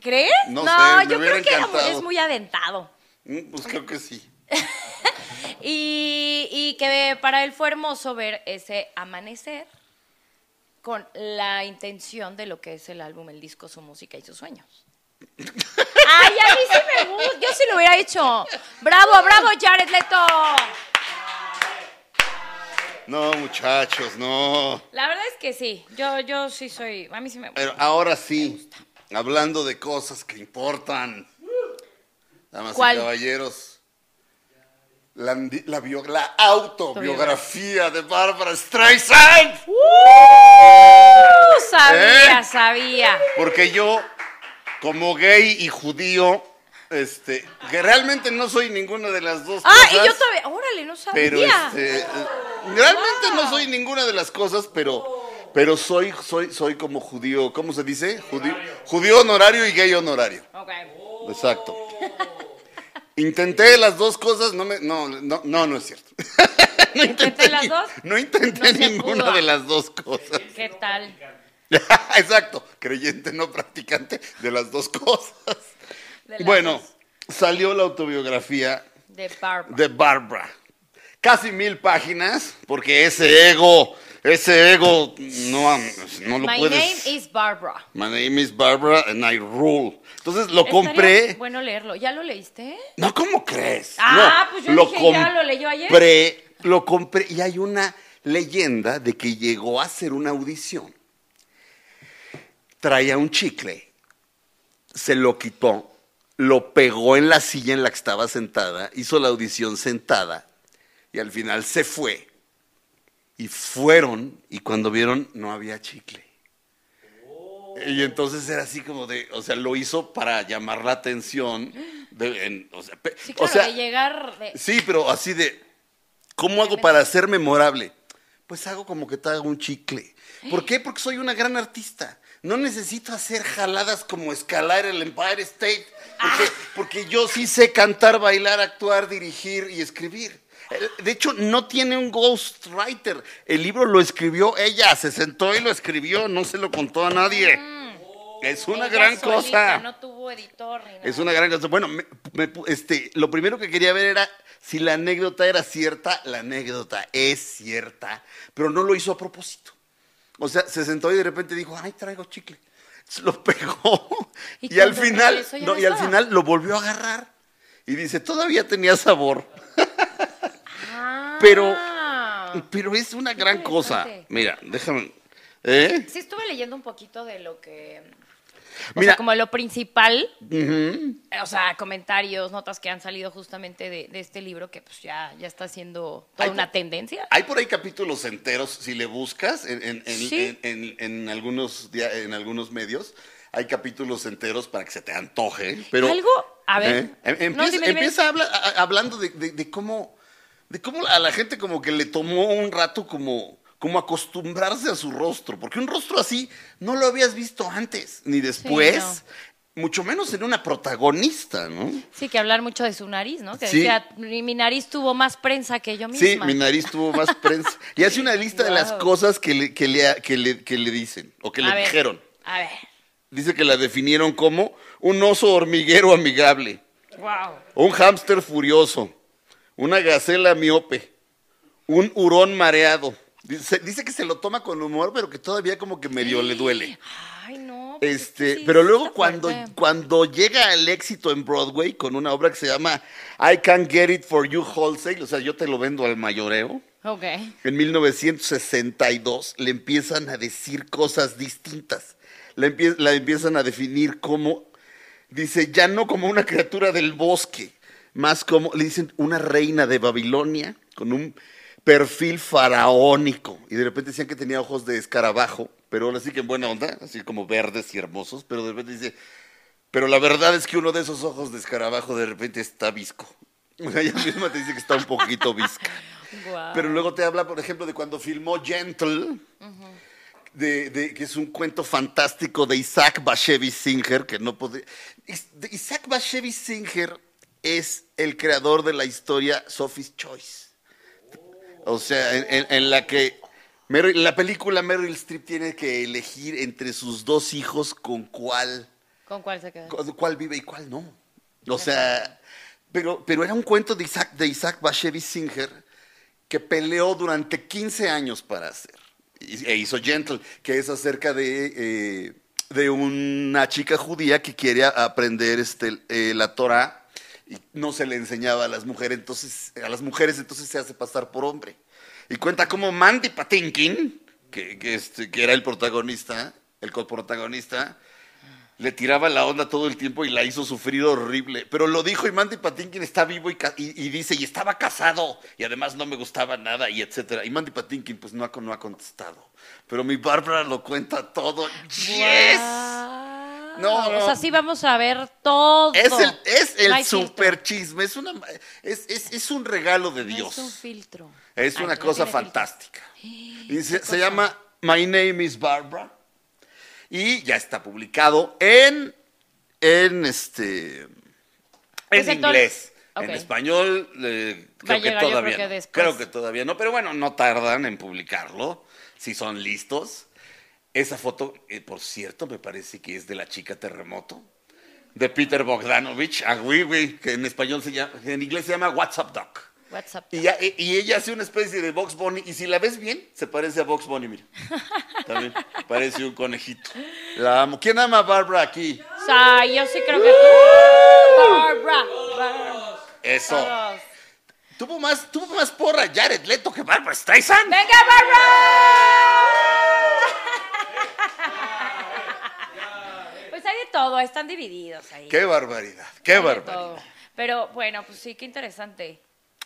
Speaker 2: ¿Crees?
Speaker 1: No sé, me
Speaker 2: yo
Speaker 1: hubiera
Speaker 2: creo que era-
Speaker 1: encantado.
Speaker 2: es muy aventado.
Speaker 1: Mm, Pues creo que sí.
Speaker 2: Y, y que para él fue hermoso ver ese amanecer con la intención de lo que es el álbum, el disco, su música y sus sueños. Ay, a mí sí me gusta. Yo sí lo hubiera hecho. Bravo, bravo, Jared Leto.
Speaker 1: No, muchachos, no.
Speaker 2: La verdad es que sí. Yo, yo sí soy. A mí sí me gusta.
Speaker 1: Pero ahora sí, hablando de cosas que importan. Damas
Speaker 2: ¿Cuál?
Speaker 1: y caballeros. La, andi- la bio- la autobiografía de Bárbara Streisand.
Speaker 2: ¡Uh! Sabía,
Speaker 1: ¿Eh?
Speaker 2: sabía.
Speaker 1: Porque yo, como gay y judío, este, que realmente no soy ninguna de las dos
Speaker 2: Ah,
Speaker 1: cosas.
Speaker 2: y yo todavía. Órale, no sabía.
Speaker 1: Pero este, eh, realmente no soy ninguna de las cosas, pero pero soy soy soy como judío, ¿cómo se dice? Judío, judío honorario y gay honorario.
Speaker 2: Ok.
Speaker 1: Exacto. Intenté las dos cosas, no me no no no, no es cierto. no
Speaker 2: ¿Intenté las
Speaker 1: ni-
Speaker 2: dos?
Speaker 1: No intenté
Speaker 2: No se
Speaker 1: ninguna
Speaker 2: pudo.
Speaker 1: de las dos cosas.
Speaker 2: ¿Qué tal?
Speaker 1: Exacto, creyente no practicante de las dos cosas.
Speaker 2: De las
Speaker 1: Bueno,
Speaker 2: dos
Speaker 1: salió la autobiografía
Speaker 2: De Barbara.
Speaker 1: de Barbara. Casi mil páginas, porque ese ego, ese ego no, no lo
Speaker 2: My
Speaker 1: puedes.
Speaker 2: name is Barbara.
Speaker 1: My name is Barbara and I rule. Entonces lo
Speaker 2: Estaría
Speaker 1: compré.
Speaker 2: Bueno, leerlo. ¿Ya lo leíste?
Speaker 1: No, ¿cómo crees?
Speaker 2: Ah,
Speaker 1: No,
Speaker 2: pues yo dije, ya lo leyó ayer.
Speaker 1: compré, Lo compré y hay una leyenda de que llegó a hacer una audición. Traía un chicle, se lo quitó, lo pegó en la silla en la que estaba sentada, hizo la audición sentada y al final se fue. Y fueron y cuando vieron no había chicle. Y entonces era así como de, o sea, lo hizo para llamar la atención. de- en- o sea, pe-
Speaker 2: Sí,
Speaker 1: o
Speaker 2: claro,
Speaker 1: sea,
Speaker 2: de llegar. De...
Speaker 1: Sí, pero así de, ¿cómo hago para ser memorable? Pues hago como que te hago un chicle. ¿Por qué? Porque soy una gran artista. No necesito hacer jaladas como escalar el Empire State, porque,
Speaker 2: Ah.
Speaker 1: porque yo sí sé cantar, bailar, actuar, dirigir y escribir. El- De hecho, no tiene un ghostwriter. El libro lo escribió ella, se sentó y lo escribió, no se lo contó a nadie. Es una
Speaker 2: Mm. Ella
Speaker 1: gran
Speaker 2: solita,
Speaker 1: cosa.
Speaker 2: No tuvo editor ni nada.
Speaker 1: Es una gran cosa. Bueno, me- me pu- este, lo primero que quería ver era si la anécdota era cierta. La anécdota es cierta, pero no lo hizo a propósito. O sea, se sentó y de repente dijo, ay, traigo chicle. Se Lo pegó
Speaker 2: Y
Speaker 1: y, al
Speaker 2: cuando
Speaker 1: final,
Speaker 2: regresó ya
Speaker 1: no,
Speaker 2: no
Speaker 1: y al
Speaker 2: estaba.
Speaker 1: final lo volvió a agarrar y dice, todavía tenía sabor.
Speaker 2: Ah.
Speaker 1: pero- Pero es una
Speaker 2: Qué
Speaker 1: gran cosa.
Speaker 2: interesante.
Speaker 1: Mira, déjame. ¿Eh?
Speaker 2: Sí, estuve leyendo un poquito de lo que. O
Speaker 1: Mira.
Speaker 2: sea, como lo principal. O sea, comentarios, notas que han salido justamente de, de este libro que pues ya, ya está siendo toda
Speaker 1: Ay,
Speaker 2: una
Speaker 1: po-
Speaker 2: tendencia.
Speaker 1: Hay por ahí capítulos enteros, si le buscas en, en- en-
Speaker 2: Sí.
Speaker 1: en- en- en algunos, dia- en algunos medios, hay capítulos enteros para que se te antoje. Pero,
Speaker 2: Algo, a ver.
Speaker 1: ¿Eh? Em-
Speaker 2: No,
Speaker 1: Empieza,
Speaker 2: dime, dime.
Speaker 1: empieza habla- a- a- hablando de, de- de cómo, de cómo a la gente como que le tomó un rato como, como acostumbrarse a su rostro, porque un rostro así no lo habías visto antes ni después. Mucho menos en una protagonista, ¿no?
Speaker 2: Sí, que hablar mucho de su nariz, ¿no? Que
Speaker 1: Sí.
Speaker 2: decía, mi mi nariz tuvo más prensa que yo
Speaker 1: Sí,
Speaker 2: misma.
Speaker 1: mi nariz tuvo más prensa. Y hace una lista de las
Speaker 2: Wow.
Speaker 1: cosas que le, que le, que le- que le dicen o que
Speaker 2: A
Speaker 1: le
Speaker 2: ver,
Speaker 1: dijeron.
Speaker 2: A ver.
Speaker 1: Dice que la definieron como un oso hormiguero amigable,
Speaker 2: Wow.
Speaker 1: un hámster furioso, una gacela miope, un hurón mareado. Dice, dice que se lo toma con humor, pero que todavía como que medio le duele.
Speaker 2: Ay, no. pues es que
Speaker 1: Este,
Speaker 2: sí,
Speaker 1: pero
Speaker 2: sí
Speaker 1: luego
Speaker 2: está
Speaker 1: cuando,
Speaker 2: fuerte.
Speaker 1: cuando llega al éxito en Broadway con una obra que se llama I Can Get It For You Wholesale, o sea, yo te lo vendo al mayoreo.
Speaker 2: Ok.
Speaker 1: En 1962 le empiezan a decir cosas distintas. La, empie- la empiezan a definir como, dice, ya no como una criatura del bosque, más como, le dicen, una reina de Babilonia con un perfil faraónico. Y de repente decían que tenía ojos de escarabajo, pero ahora sí que en buena onda, así como verdes y hermosos, pero de repente dice, pero la verdad es que uno de esos ojos de escarabajo de repente está visco. O sea, ella misma te dice que está un poquito visca.
Speaker 2: Guau.
Speaker 1: Pero luego te habla, por ejemplo, de cuando filmó Gentle, de, de- que es un cuento fantástico de Isaac Bashevis Singer, que no podría... Is- de Isaac Bashevis Singer es el creador de la historia Sophie's Choice. O sea, en, en- en la que Meryl- la película Meryl Streep tiene que elegir entre sus dos hijos con cuál,
Speaker 2: ¿Con cuál se queda?
Speaker 1: con cuál vive y cuál no. O sea, pero, pero era un cuento de Isaac, de Isaac Bashevis Singer que peleó durante 15 años para hacer. Y- E hizo Gentle, que es acerca de, eh, de una chica judía que quiere a- aprender este, eh, la Torah y no se le enseñaba a las mujeres, entonces, a las mujeres, entonces se hace pasar por hombre. Y cuenta cómo Mandy Patinkin, que, que, este, que era el protagonista, el coprotagonista, le tiraba la onda todo el tiempo y la hizo sufrir horrible. Pero lo dijo y Mandy Patinkin está vivo y, ca- y- y dice, y estaba casado y además no me gustaba nada y etcétera. Y Mandy Patinkin pues no ha, con- no ha contestado. Pero mi Bárbara lo cuenta todo. ¡Yes!
Speaker 2: Guau.
Speaker 1: No,
Speaker 2: O
Speaker 1: no.
Speaker 2: sea, sí vamos a ver todo.
Speaker 1: Es el, es el
Speaker 2: No hay
Speaker 1: super
Speaker 2: filtro.
Speaker 1: chisme. Es, una, es, es- es un regalo de
Speaker 2: No
Speaker 1: Dios.
Speaker 2: Es un filtro.
Speaker 1: Es
Speaker 2: Ay,
Speaker 1: una
Speaker 2: no
Speaker 1: cosa
Speaker 2: tiene filtro.
Speaker 1: fantástica. Y se, se llama My Name is Barbara. Y ya está publicado en, en este
Speaker 2: Pues
Speaker 1: en
Speaker 2: entonces-
Speaker 1: inglés.
Speaker 2: ok.
Speaker 1: En español, eh,
Speaker 2: Va a
Speaker 1: creo que
Speaker 2: llegar, yo
Speaker 1: todavía.
Speaker 2: creo que
Speaker 1: no.
Speaker 2: después.
Speaker 1: creo que todavía no, pero bueno, no tardan en publicarlo. Si son listos. Esa foto, eh, por cierto, me parece que es de la chica terremoto. De Peter Bogdanovich, a que en español se llama, en inglés se llama What's Up Doc.
Speaker 2: WhatsApp.
Speaker 1: Y, ya- y- y ella hace una especie de Box Bunny. Y si la ves bien, se parece a Box Bunny, mira. También parece un conejito. La amo. ¿Quién ama a Barbara aquí?
Speaker 2: O sea, yo sí creo que tú. Barbara. Barbara.
Speaker 1: Eso.
Speaker 2: Todos.
Speaker 1: Tuvo más, tuvo más porra Jared Leto que Barbara Streisand.
Speaker 2: ¡Venga, Barbara! Pues hay de todo, están divididos ahí.
Speaker 1: Qué barbaridad, qué
Speaker 2: Hay de
Speaker 1: barbaridad.
Speaker 2: todo. Pero bueno, pues sí, qué interesante.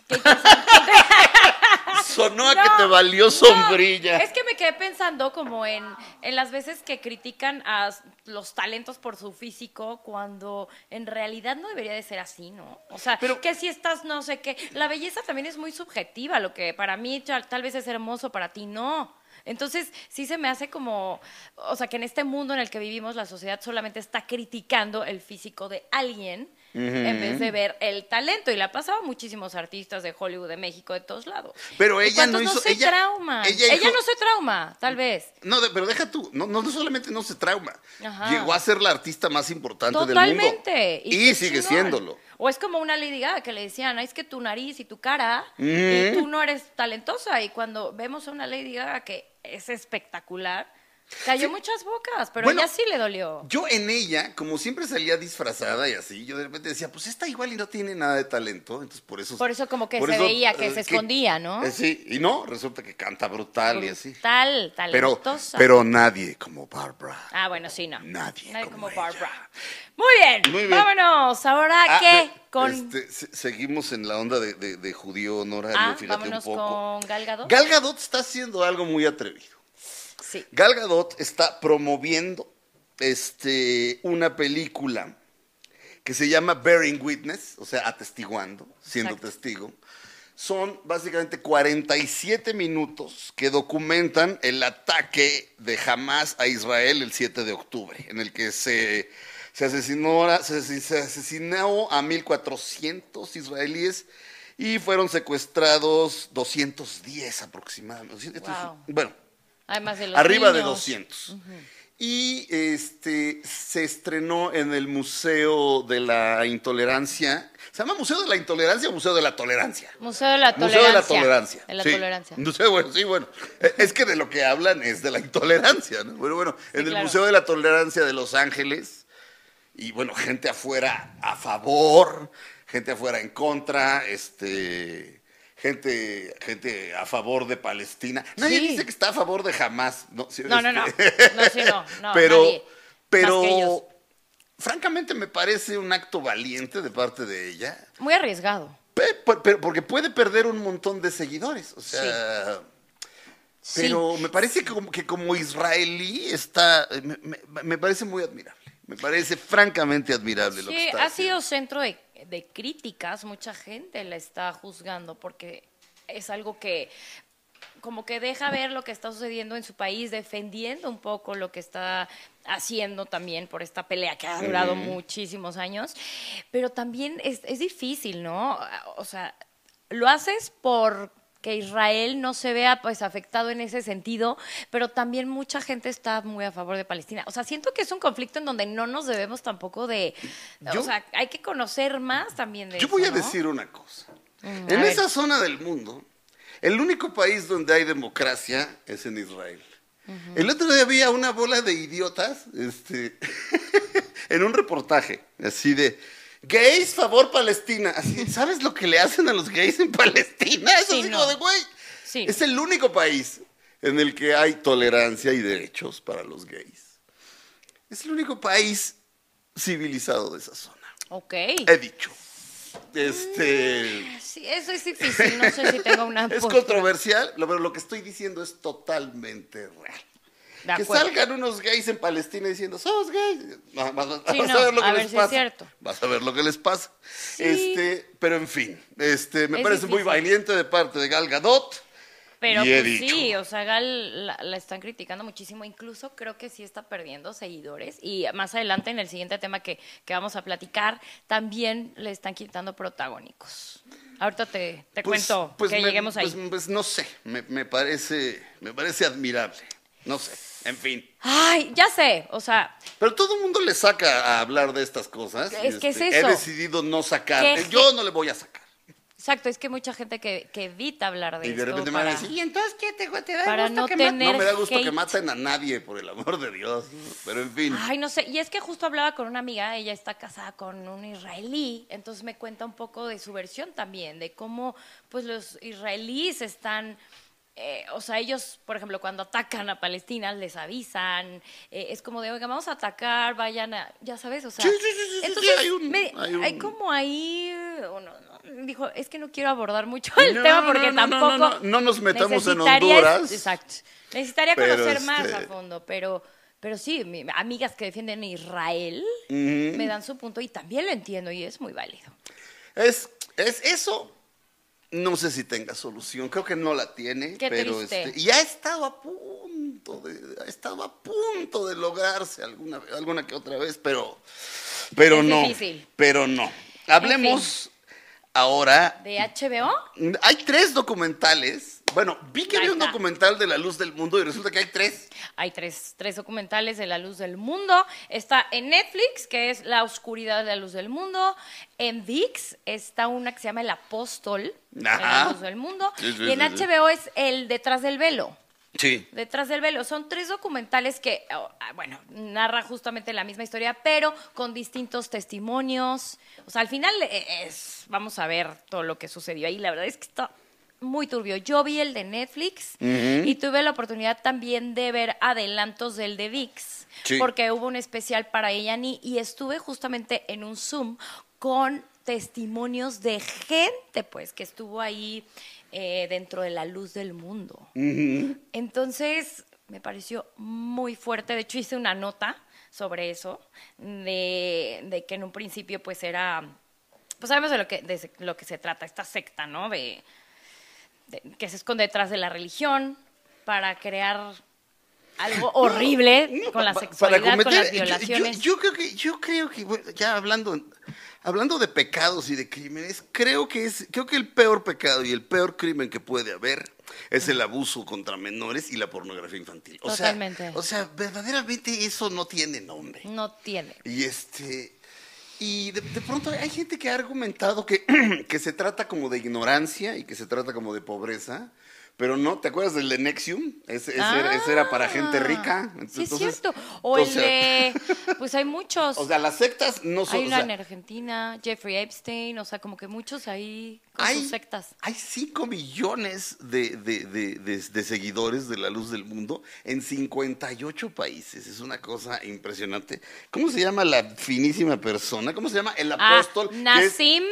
Speaker 2: Qué
Speaker 1: Sonó a
Speaker 2: No,
Speaker 1: que te valió sombrilla.
Speaker 2: No, es que me quedé pensando como en, en las veces que critican a s- los talentos por su físico cuando en realidad no debería de ser así, ¿no? O sea,
Speaker 1: Pero-
Speaker 2: que si estás no sé qué. La belleza también es muy subjetiva, lo que para mí tal, tal vez es hermoso, para ti no. Entonces, sí se me hace como, o sea, que en este mundo en el que vivimos la sociedad solamente está criticando el físico de alguien en vez de ver el talento y la pasaba a muchísimos artistas de Hollywood, de México, de todos lados.
Speaker 1: Pero
Speaker 2: ¿Y
Speaker 1: ella
Speaker 2: cuántos
Speaker 1: no hizo-
Speaker 2: se
Speaker 1: ella-
Speaker 2: trauma. Ella,
Speaker 1: ella hizo-
Speaker 2: no se trauma, tal vez.
Speaker 1: No, de- pero deja tú, no, no, no solamente no se trauma,
Speaker 2: Ajá.
Speaker 1: llegó a ser la artista más importante
Speaker 2: Totalmente.
Speaker 1: del mundo. Y,
Speaker 2: qué
Speaker 1: sigue
Speaker 2: chingón.
Speaker 1: siéndolo.
Speaker 2: O es como una Lady Gaga que le decían, "Ay, es que tu nariz y tu cara, y
Speaker 1: Ujú.
Speaker 2: tú no eres talentosa. Y cuando vemos a una Lady Gaga que es espectacular, cayó muchas bocas, pero
Speaker 1: Bueno,
Speaker 2: ella sí le dolió.
Speaker 1: Yo en ella, como siempre salía disfrazada y así, yo de repente decía, pues esta igual y no tiene nada de talento, entonces por eso...
Speaker 2: Por eso como que
Speaker 1: por
Speaker 2: se veía que se escondía, ¿no?
Speaker 1: Eh, sí, y no, resulta que canta brutal, y así.
Speaker 2: Tal,
Speaker 1: Pero,
Speaker 2: talentosa.
Speaker 1: pero nadie como Barbara.
Speaker 2: Ah, bueno, sí, no.
Speaker 1: Nadie
Speaker 2: como,
Speaker 1: como
Speaker 2: Barbara.
Speaker 1: ella. Ah,
Speaker 2: Muy bien,
Speaker 1: Muy bien.
Speaker 2: vámonos. Ahora,
Speaker 1: Ah,
Speaker 2: ¿qué?
Speaker 1: ve,
Speaker 2: Con...
Speaker 1: este, se- seguimos en la onda de, de- de judío honorario,
Speaker 2: ah,
Speaker 1: fíjate
Speaker 2: vámonos
Speaker 1: un poco.
Speaker 2: con Gal Gadot.
Speaker 1: Gal Gadot está haciendo algo muy atrevido.
Speaker 2: Sí.
Speaker 1: Gal Gadot está promoviendo este, una película que se llama Bearing Witness, o sea, atestiguando, siendo
Speaker 2: Exacto.
Speaker 1: testigo. Son básicamente 47 minutos que documentan el ataque de Hamas a Israel el 7 de octubre, en el que se, se asesinó, a- se, asesin- se asesinó a 1.400 israelíes y fueron secuestrados 210 aproximadamente. Esto es-
Speaker 2: Wow.
Speaker 1: bueno,
Speaker 2: Además de los
Speaker 1: arriba de
Speaker 2: niños.
Speaker 1: 200. Y este se estrenó en el Museo de la Intolerancia. ¿Se llama Museo de la Intolerancia o Museo de la Tolerancia?
Speaker 2: Museo de la
Speaker 1: Museo
Speaker 2: Tolerancia.
Speaker 1: de la Tolerancia.
Speaker 2: De la
Speaker 1: sí.
Speaker 2: Tolerancia.
Speaker 1: Museo, bueno, sí, bueno. Eh, Es que de lo que hablan es de la intolerancia, ¿no? Bueno, bueno, en el
Speaker 2: claro.
Speaker 1: Museo de la Tolerancia de Los Ángeles, y bueno, gente afuera a favor, gente afuera en contra, este. Gente, gente a favor de Palestina. Nadie
Speaker 2: Sí.
Speaker 1: dice que está a favor de jamás. No, Sí,
Speaker 2: No, no, no.
Speaker 1: este,
Speaker 2: No, sí, no. no
Speaker 1: pero,
Speaker 2: nadie.
Speaker 1: pero
Speaker 2: Más que ellos.
Speaker 1: francamente me parece un acto valiente de parte de ella.
Speaker 2: Muy arriesgado.
Speaker 1: Pe- pe- pero- porque puede perder un montón de seguidores. O sea,
Speaker 2: Sí.
Speaker 1: pero me parece que como, que como israelí está. eh, Me, me- me parece muy admirable. Me parece francamente admirable lo que
Speaker 2: Sí,
Speaker 1: está
Speaker 2: ha
Speaker 1: haciendo.
Speaker 2: sido centro de, de críticas, mucha gente la está juzgando porque es algo que como que deja ver lo que está sucediendo en su país, defendiendo un poco lo que está haciendo también por esta pelea que ha durado muchísimos años, pero también es, es difícil, ¿no? O sea, lo haces por que Israel no se vea pues afectado en ese sentido, pero también mucha gente está muy a favor de Palestina. O sea, siento que es un conflicto en donde no nos debemos tampoco de...
Speaker 1: Yo-
Speaker 2: o sea, hay que conocer más también de
Speaker 1: Yo
Speaker 2: eso,
Speaker 1: voy a
Speaker 2: ¿no?
Speaker 1: decir una cosa.
Speaker 2: Mm, a
Speaker 1: en
Speaker 2: ver.
Speaker 1: esa zona del mundo, el único país donde hay democracia es en Israel. El otro día había una bola de idiotas este, en un reportaje, así de gays favor Palestina. Así, ¿Sabes lo que le hacen a los gays en Palestina? Es
Speaker 2: Sí,
Speaker 1: así
Speaker 2: no.
Speaker 1: como de güey.
Speaker 2: Sí.
Speaker 1: Es el único país en el que hay tolerancia y derechos para los gays. Es el único país civilizado de esa zona
Speaker 2: Ok.
Speaker 1: he dicho. Este.
Speaker 2: Sí, eso es difícil, no sé si tengo una...
Speaker 1: Es
Speaker 2: postura.
Speaker 1: controversial, lo- pero lo que estoy diciendo es totalmente real.
Speaker 2: De
Speaker 1: que
Speaker 2: acuerdo.
Speaker 1: salgan unos gays en Palestina diciendo, somos gays. Va- va- va- Vas,
Speaker 2: Sí, no,
Speaker 1: a ver lo que
Speaker 2: a
Speaker 1: les
Speaker 2: ver si es
Speaker 1: pasa.
Speaker 2: cierto.
Speaker 1: Vas a ver lo que les pasa.
Speaker 2: Sí.
Speaker 1: Este, pero en fin, este, me
Speaker 2: Es
Speaker 1: parece muy
Speaker 2: difícil.
Speaker 1: valiente de parte de Gal Gadot.
Speaker 2: Pero
Speaker 1: y he
Speaker 2: pues
Speaker 1: dicho.
Speaker 2: sí, o sea, Gal la, la están criticando muchísimo. Incluso creo que sí está perdiendo seguidores. Y más adelante, en el siguiente tema que, que vamos a platicar, también le están quitando protagónicos. Ahorita te, te
Speaker 1: Pues-
Speaker 2: cuento
Speaker 1: pues
Speaker 2: que
Speaker 1: me-
Speaker 2: lleguemos ahí.
Speaker 1: Pues, pues no sé, me, me parece, me parece admirable. No sé, en fin.
Speaker 2: Ay, ya sé. O sea,
Speaker 1: Pero todo el mundo le saca a hablar de estas cosas. y,
Speaker 2: Es que es
Speaker 1: este,
Speaker 2: eso.
Speaker 1: He decidido no sacar.
Speaker 2: Que-
Speaker 1: Eh, Yo no le voy a sacar.
Speaker 2: exacto, es que hay mucha gente que, que evita hablar de
Speaker 1: Y
Speaker 2: esto.
Speaker 1: de repente me van
Speaker 2: para-
Speaker 1: a decir, ¿y entonces qué te, te da
Speaker 2: para
Speaker 1: gusto
Speaker 2: no
Speaker 1: que ma-?"
Speaker 2: tener
Speaker 1: No me da gusto que
Speaker 2: hate.
Speaker 1: maten a nadie, por el amor de Dios. Pero en fin.
Speaker 2: Ay, no sé. Y es que justo hablaba con una amiga, ella está casada con un israelí, entonces me cuenta un poco de su versión también, de cómo pues los israelíes están, eh, o sea, ellos, por ejemplo, cuando atacan a Palestina, les avisan, eh, es como de, oiga, vamos a atacar, vayan a, ya sabes, o sea,
Speaker 1: Sí, sí, sí, sí, sí,
Speaker 2: entonces,
Speaker 1: hay un-
Speaker 2: me-
Speaker 1: hay un-
Speaker 2: hay como ahí, uno, no, dijo, es que no quiero abordar mucho el
Speaker 1: No,
Speaker 2: tema
Speaker 1: no,
Speaker 2: porque
Speaker 1: no, no, no,
Speaker 2: tampoco...
Speaker 1: no, no nos metamos en
Speaker 2: necesitaría-
Speaker 1: Honduras.
Speaker 2: Exacto. Necesitaría
Speaker 1: Pero,
Speaker 2: conocer más a
Speaker 1: este,
Speaker 2: fondo fondo, pero, pero sí, mi- amigas que defienden a Israel
Speaker 1: Mm.
Speaker 2: me dan su punto y también lo entiendo y es muy válido.
Speaker 1: Es, es eso. No sé si tenga solución. Creo que no la tiene.
Speaker 2: Qué
Speaker 1: pero
Speaker 2: triste.
Speaker 1: este, y ha estado a punto de, ha estado a punto de lograrse alguna, alguna que otra vez, pero, pero
Speaker 2: Es
Speaker 1: no.
Speaker 2: difícil.
Speaker 1: Pero no. Hablemos ahora
Speaker 2: ¿De HBO?
Speaker 1: Hay tres documentales. Bueno, vi que
Speaker 2: Ahí
Speaker 1: había un
Speaker 2: está.
Speaker 1: documental de la luz del mundo y resulta que hay tres.
Speaker 2: Hay tres, tres documentales de la luz del mundo. Está en Netflix, que es La oscuridad de la luz del mundo. En VIX está una que se llama El apóstol de la
Speaker 1: Ajá.
Speaker 2: luz del mundo.
Speaker 1: Sí, sí,
Speaker 2: y en
Speaker 1: sí, sí.
Speaker 2: HBO es El detrás del velo.
Speaker 1: Sí.
Speaker 2: Detrás del velo. Son tres documentales que, oh, ah, bueno, narra justamente la misma historia, pero con distintos testimonios. O sea, al final eh, es, vamos a ver todo lo que sucedió ahí. La verdad es que está muy turbio. Yo vi el de Netflix y tuve la oportunidad también de ver adelantos del de VIX,
Speaker 1: Sí.
Speaker 2: porque hubo un especial para ella y estuve justamente en un Zoom con testimonios de gente, pues, que estuvo ahí eh, dentro de la luz del mundo. Entonces, me pareció muy fuerte. De hecho, hice una nota sobre eso, de, de que en un principio pues era, pues sabemos de lo que, de lo que se trata, esta secta, ¿no? De, de- que se esconde detrás de la religión para crear algo horrible con la sexualidad, con las violaciones.
Speaker 1: Yo, creo que, yo creo que, bueno, ya hablando, hablando de pecados y de crímenes, creo que es, creo que el peor pecado y el peor crimen que puede haber es el abuso contra menores y la pornografía infantil. O sea,
Speaker 2: Totalmente.
Speaker 1: o sea, verdaderamente eso no tiene nombre.
Speaker 2: No tiene.
Speaker 1: Y este. Y de, de pronto hay gente que ha argumentado que, que se trata como de ignorancia y que se trata como de pobreza. Pero no, ¿te acuerdas del de Nexium? Ese, ese era, ese era para gente rica.
Speaker 2: Ah, Sí, es
Speaker 1: Entonces,
Speaker 2: cierto. O el
Speaker 1: sea,
Speaker 2: de, pues hay muchos.
Speaker 1: o sea, las sectas no son.
Speaker 2: Hay
Speaker 1: o
Speaker 2: una
Speaker 1: sea,
Speaker 2: en Argentina, Jeffrey Epstein, o sea, como que muchos ahí con
Speaker 1: hay,
Speaker 2: sus sectas.
Speaker 1: hay 5 millones de, de- de- de- de seguidores de la luz del mundo en 58 países. Es una cosa impresionante. ¿Cómo se llama la finísima persona? ¿Cómo se llama el
Speaker 2: Ah,
Speaker 1: apóstol? que es-
Speaker 2: Nassim.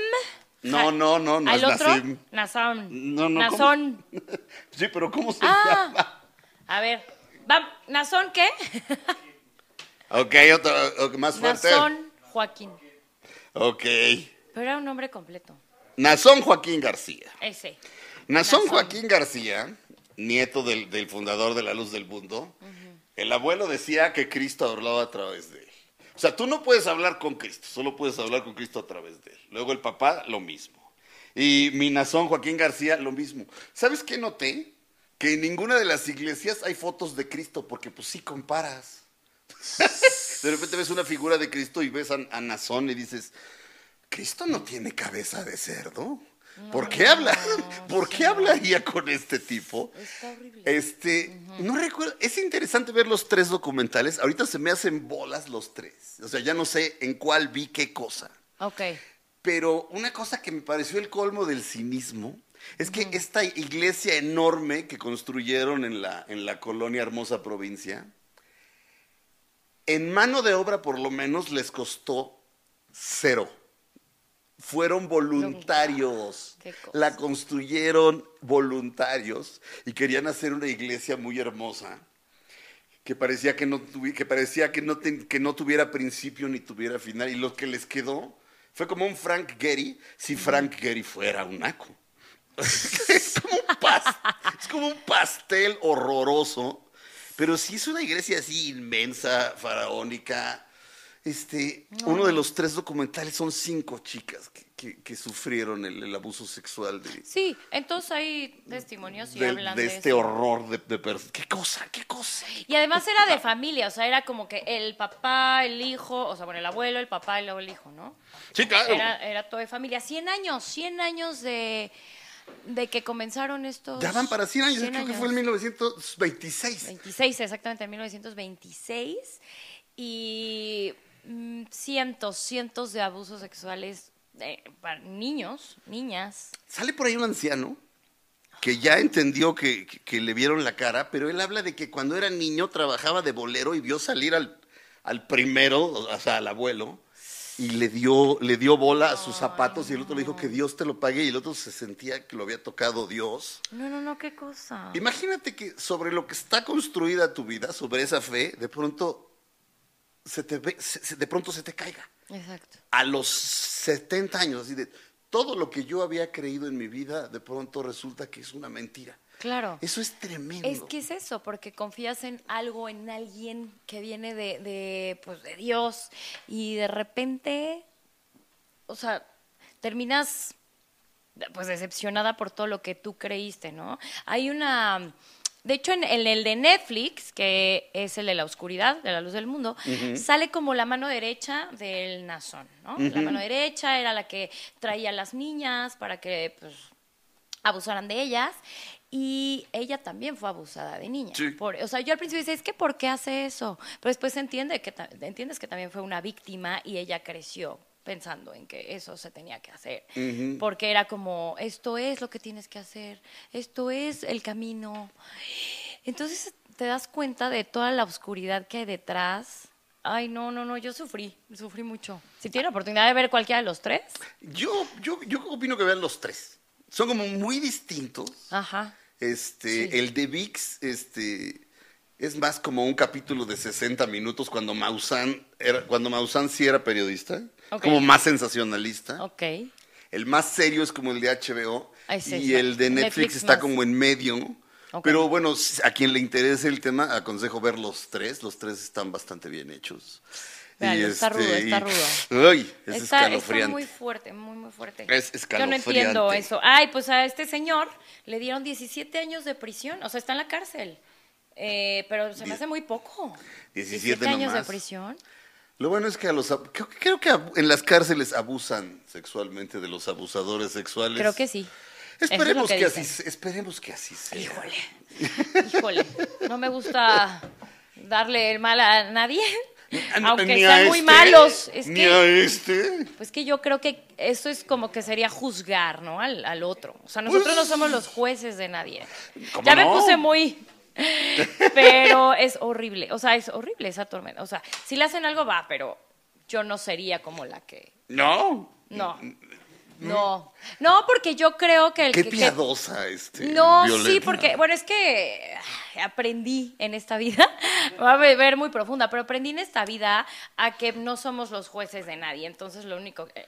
Speaker 1: No, no, no, no
Speaker 2: ¿Al
Speaker 1: es
Speaker 2: otro?
Speaker 1: Nassim.
Speaker 2: Nazón.
Speaker 1: No, no, ¿cómo?
Speaker 2: Nazón.
Speaker 1: Sí, pero ¿cómo se llama?
Speaker 2: Ah, a ver. Va, ¿Nazón qué?
Speaker 1: Ok, otro, ok, más fuerte.
Speaker 2: Nazón Joaquín.
Speaker 1: Ok.
Speaker 2: Pero era un nombre completo.
Speaker 1: Nazón Joaquín García.
Speaker 2: Ese.
Speaker 1: Nazón,
Speaker 2: Nazón.
Speaker 1: Joaquín García, nieto del, del fundador de la Luz del Mundo, el abuelo decía que Cristo hablaba a través de él. O sea, tú no puedes hablar con Cristo, solo puedes hablar con Cristo a través de él. Luego el papá, lo mismo. Y Minazón, Joaquín García, lo mismo. ¿Sabes qué noté? Que en ninguna de las iglesias hay fotos de Cristo, porque pues sí comparas. De repente ves una figura de Cristo y ves a, a Nazón y dices, Cristo no tiene cabeza de cerdo. ¿Por qué habla? ¿Por qué hablaría con este tipo?
Speaker 2: Está horrible.
Speaker 1: Este, no recuerdo, es interesante ver los tres documentales. Ahorita se me hacen bolas los tres. O sea, ya no sé en cuál vi qué cosa.
Speaker 2: Ok.
Speaker 1: Pero una cosa que me pareció el colmo del cinismo es que esta iglesia enorme que construyeron en la, en la colonia hermosa provincia, en mano de obra por lo menos les costó cero. Fueron voluntarios.
Speaker 2: Qué cosa.
Speaker 1: La construyeron voluntarios y querían hacer una iglesia muy hermosa que parecía que no, tuvi- que parecía que no, ten- que no tuviera principio ni tuviera final. Y lo que les quedó fue como un Frank Gehry si Frank Gehry fuera un naco. es, como un pas- es como un pastel horroroso. Pero sí es una iglesia así inmensa, faraónica. Este, Uno de los tres documentales son cinco chicas que, que- que sufrieron el, el abuso sexual de,
Speaker 2: Sí, entonces hay testimonios y
Speaker 1: del-
Speaker 2: hablan
Speaker 1: de
Speaker 2: de,
Speaker 1: este
Speaker 2: eso.
Speaker 1: horror de, de pers- ¿Qué cosa? ¿Qué cosa?
Speaker 2: Y además era de familia, o sea, era como que el papá, el hijo, o sea, bueno, el abuelo, el papá y luego el hijo, ¿no?
Speaker 1: Sí, claro.
Speaker 2: Era, era todo de familia. 100 años, 100 años de, de que comenzaron estos...
Speaker 1: Ya van para 100 años, creo
Speaker 2: 100
Speaker 1: que fue en
Speaker 2: años.
Speaker 1: 1926.
Speaker 2: 26, exactamente, en 1926. Y mm, cientos, cientos de abusos sexuales eh, para niños, niñas.
Speaker 1: Sale por ahí un anciano que ya entendió que, que- que le vieron la cara, pero él habla de que cuando era niño trabajaba de bolero y vio salir al, al primero, o sea, al abuelo, y le dio, le dio bola a sus zapatos y el otro le dijo que Dios te lo pague y el otro se sentía que lo había tocado Dios.
Speaker 2: No, no, no, qué cosa.
Speaker 1: Imagínate que sobre lo que está construida tu vida, sobre esa fe, de pronto se te, ve- se- se- de pronto se te caiga.
Speaker 2: Exacto.
Speaker 1: a los 70 años, así de todo lo que yo había creído en mi vida, de pronto resulta que es una mentira.
Speaker 2: Claro.
Speaker 1: Eso es tremendo.
Speaker 2: Es que es eso, porque confías en algo, en alguien que viene de, de, pues, de Dios y de repente, o sea, terminas pues decepcionada por todo lo que tú creíste, ¿no? Hay una... De hecho, en, en el de Netflix, que es el de la oscuridad, de la luz del mundo, sale como la mano derecha del Nazón, ¿no? La mano derecha era la que traía a las niñas para que pues, abusaran de ellas y ella también fue abusada de niña.
Speaker 1: Sí.
Speaker 2: Por- o sea, yo al principio decía, es que ¿por qué hace eso? Pero después entiende que ta- entiendes que también fue una víctima y ella creció pensando en que eso se tenía que hacer. Porque era como, esto es lo que tienes que hacer, esto es el camino. Entonces te das cuenta de toda la oscuridad que hay detrás. Ay, no, no, no, yo sufrí, sufrí mucho. Si tiene oportunidad de ver cualquiera de los tres,
Speaker 1: Yo, yo, yo opino que vean los tres. Son como muy distintos.
Speaker 2: ajá.
Speaker 1: Este,
Speaker 2: Sí.
Speaker 1: El de VIX este, es más como un capítulo de 60 minutos cuando Maussan, era, cuando Maussan sí era periodista,
Speaker 2: Ok.
Speaker 1: como más sensacionalista.
Speaker 2: Ok.
Speaker 1: El más serio es como el de HBO
Speaker 2: Ah, sí,
Speaker 1: y
Speaker 2: sí.
Speaker 1: el de Netflix,
Speaker 2: Netflix
Speaker 1: está
Speaker 2: más.
Speaker 1: como en medio.
Speaker 2: Ok.
Speaker 1: Pero bueno, si- a quien le interese el tema, aconsejo ver los tres. Los tres están bastante bien hechos. este,
Speaker 2: Véanlo, está rudo, está rudo.
Speaker 1: Ay, es
Speaker 2: está, está
Speaker 1: escalofriante.
Speaker 2: muy fuerte, muy, muy fuerte.
Speaker 1: Es
Speaker 2: Yo no
Speaker 1: escalofriante.
Speaker 2: entiendo eso. Ay, pues a este señor le dieron 17 años de prisión, o sea, está en la cárcel. Eh, pero se me
Speaker 1: Die-
Speaker 2: hace muy poco.
Speaker 1: 17
Speaker 2: años
Speaker 1: nomás.
Speaker 2: de prisión.
Speaker 1: Lo bueno es que a los ab- creo, creo que ab- en las cárceles abusan sexualmente de los abusadores sexuales.
Speaker 2: Creo que sí. Eso es lo
Speaker 1: Esperemos que,
Speaker 2: que
Speaker 1: así
Speaker 2: dicen.
Speaker 1: se- esperemos que así sea.
Speaker 2: Híjole. Híjole. No me gusta darle el mal a nadie,
Speaker 1: Ni-
Speaker 2: aunque
Speaker 1: ni a
Speaker 2: sean muy
Speaker 1: este,
Speaker 2: malos. Es
Speaker 1: ni
Speaker 2: que-
Speaker 1: a este.
Speaker 2: Pues que yo creo que eso es como que sería juzgar, ¿no? Al, al otro. O sea, nosotros no somos los jueces de nadie.
Speaker 1: Pues ¿Cómo
Speaker 2: ya me
Speaker 1: no?
Speaker 2: puse muy. Pero es horrible. O sea, es horrible esa tormenta. O sea, si le hacen algo, va, pero yo no sería como la que.
Speaker 1: No.
Speaker 2: No. No. No, porque yo creo que el
Speaker 1: Mm, Qué
Speaker 2: que- que-
Speaker 1: piadosa este.
Speaker 2: no, sí,
Speaker 1: Violeta.
Speaker 2: porque, bueno, es que ay, aprendí en esta vida, va a ver muy profunda, pero aprendí en esta vida a que no somos los jueces de nadie. Entonces, lo único que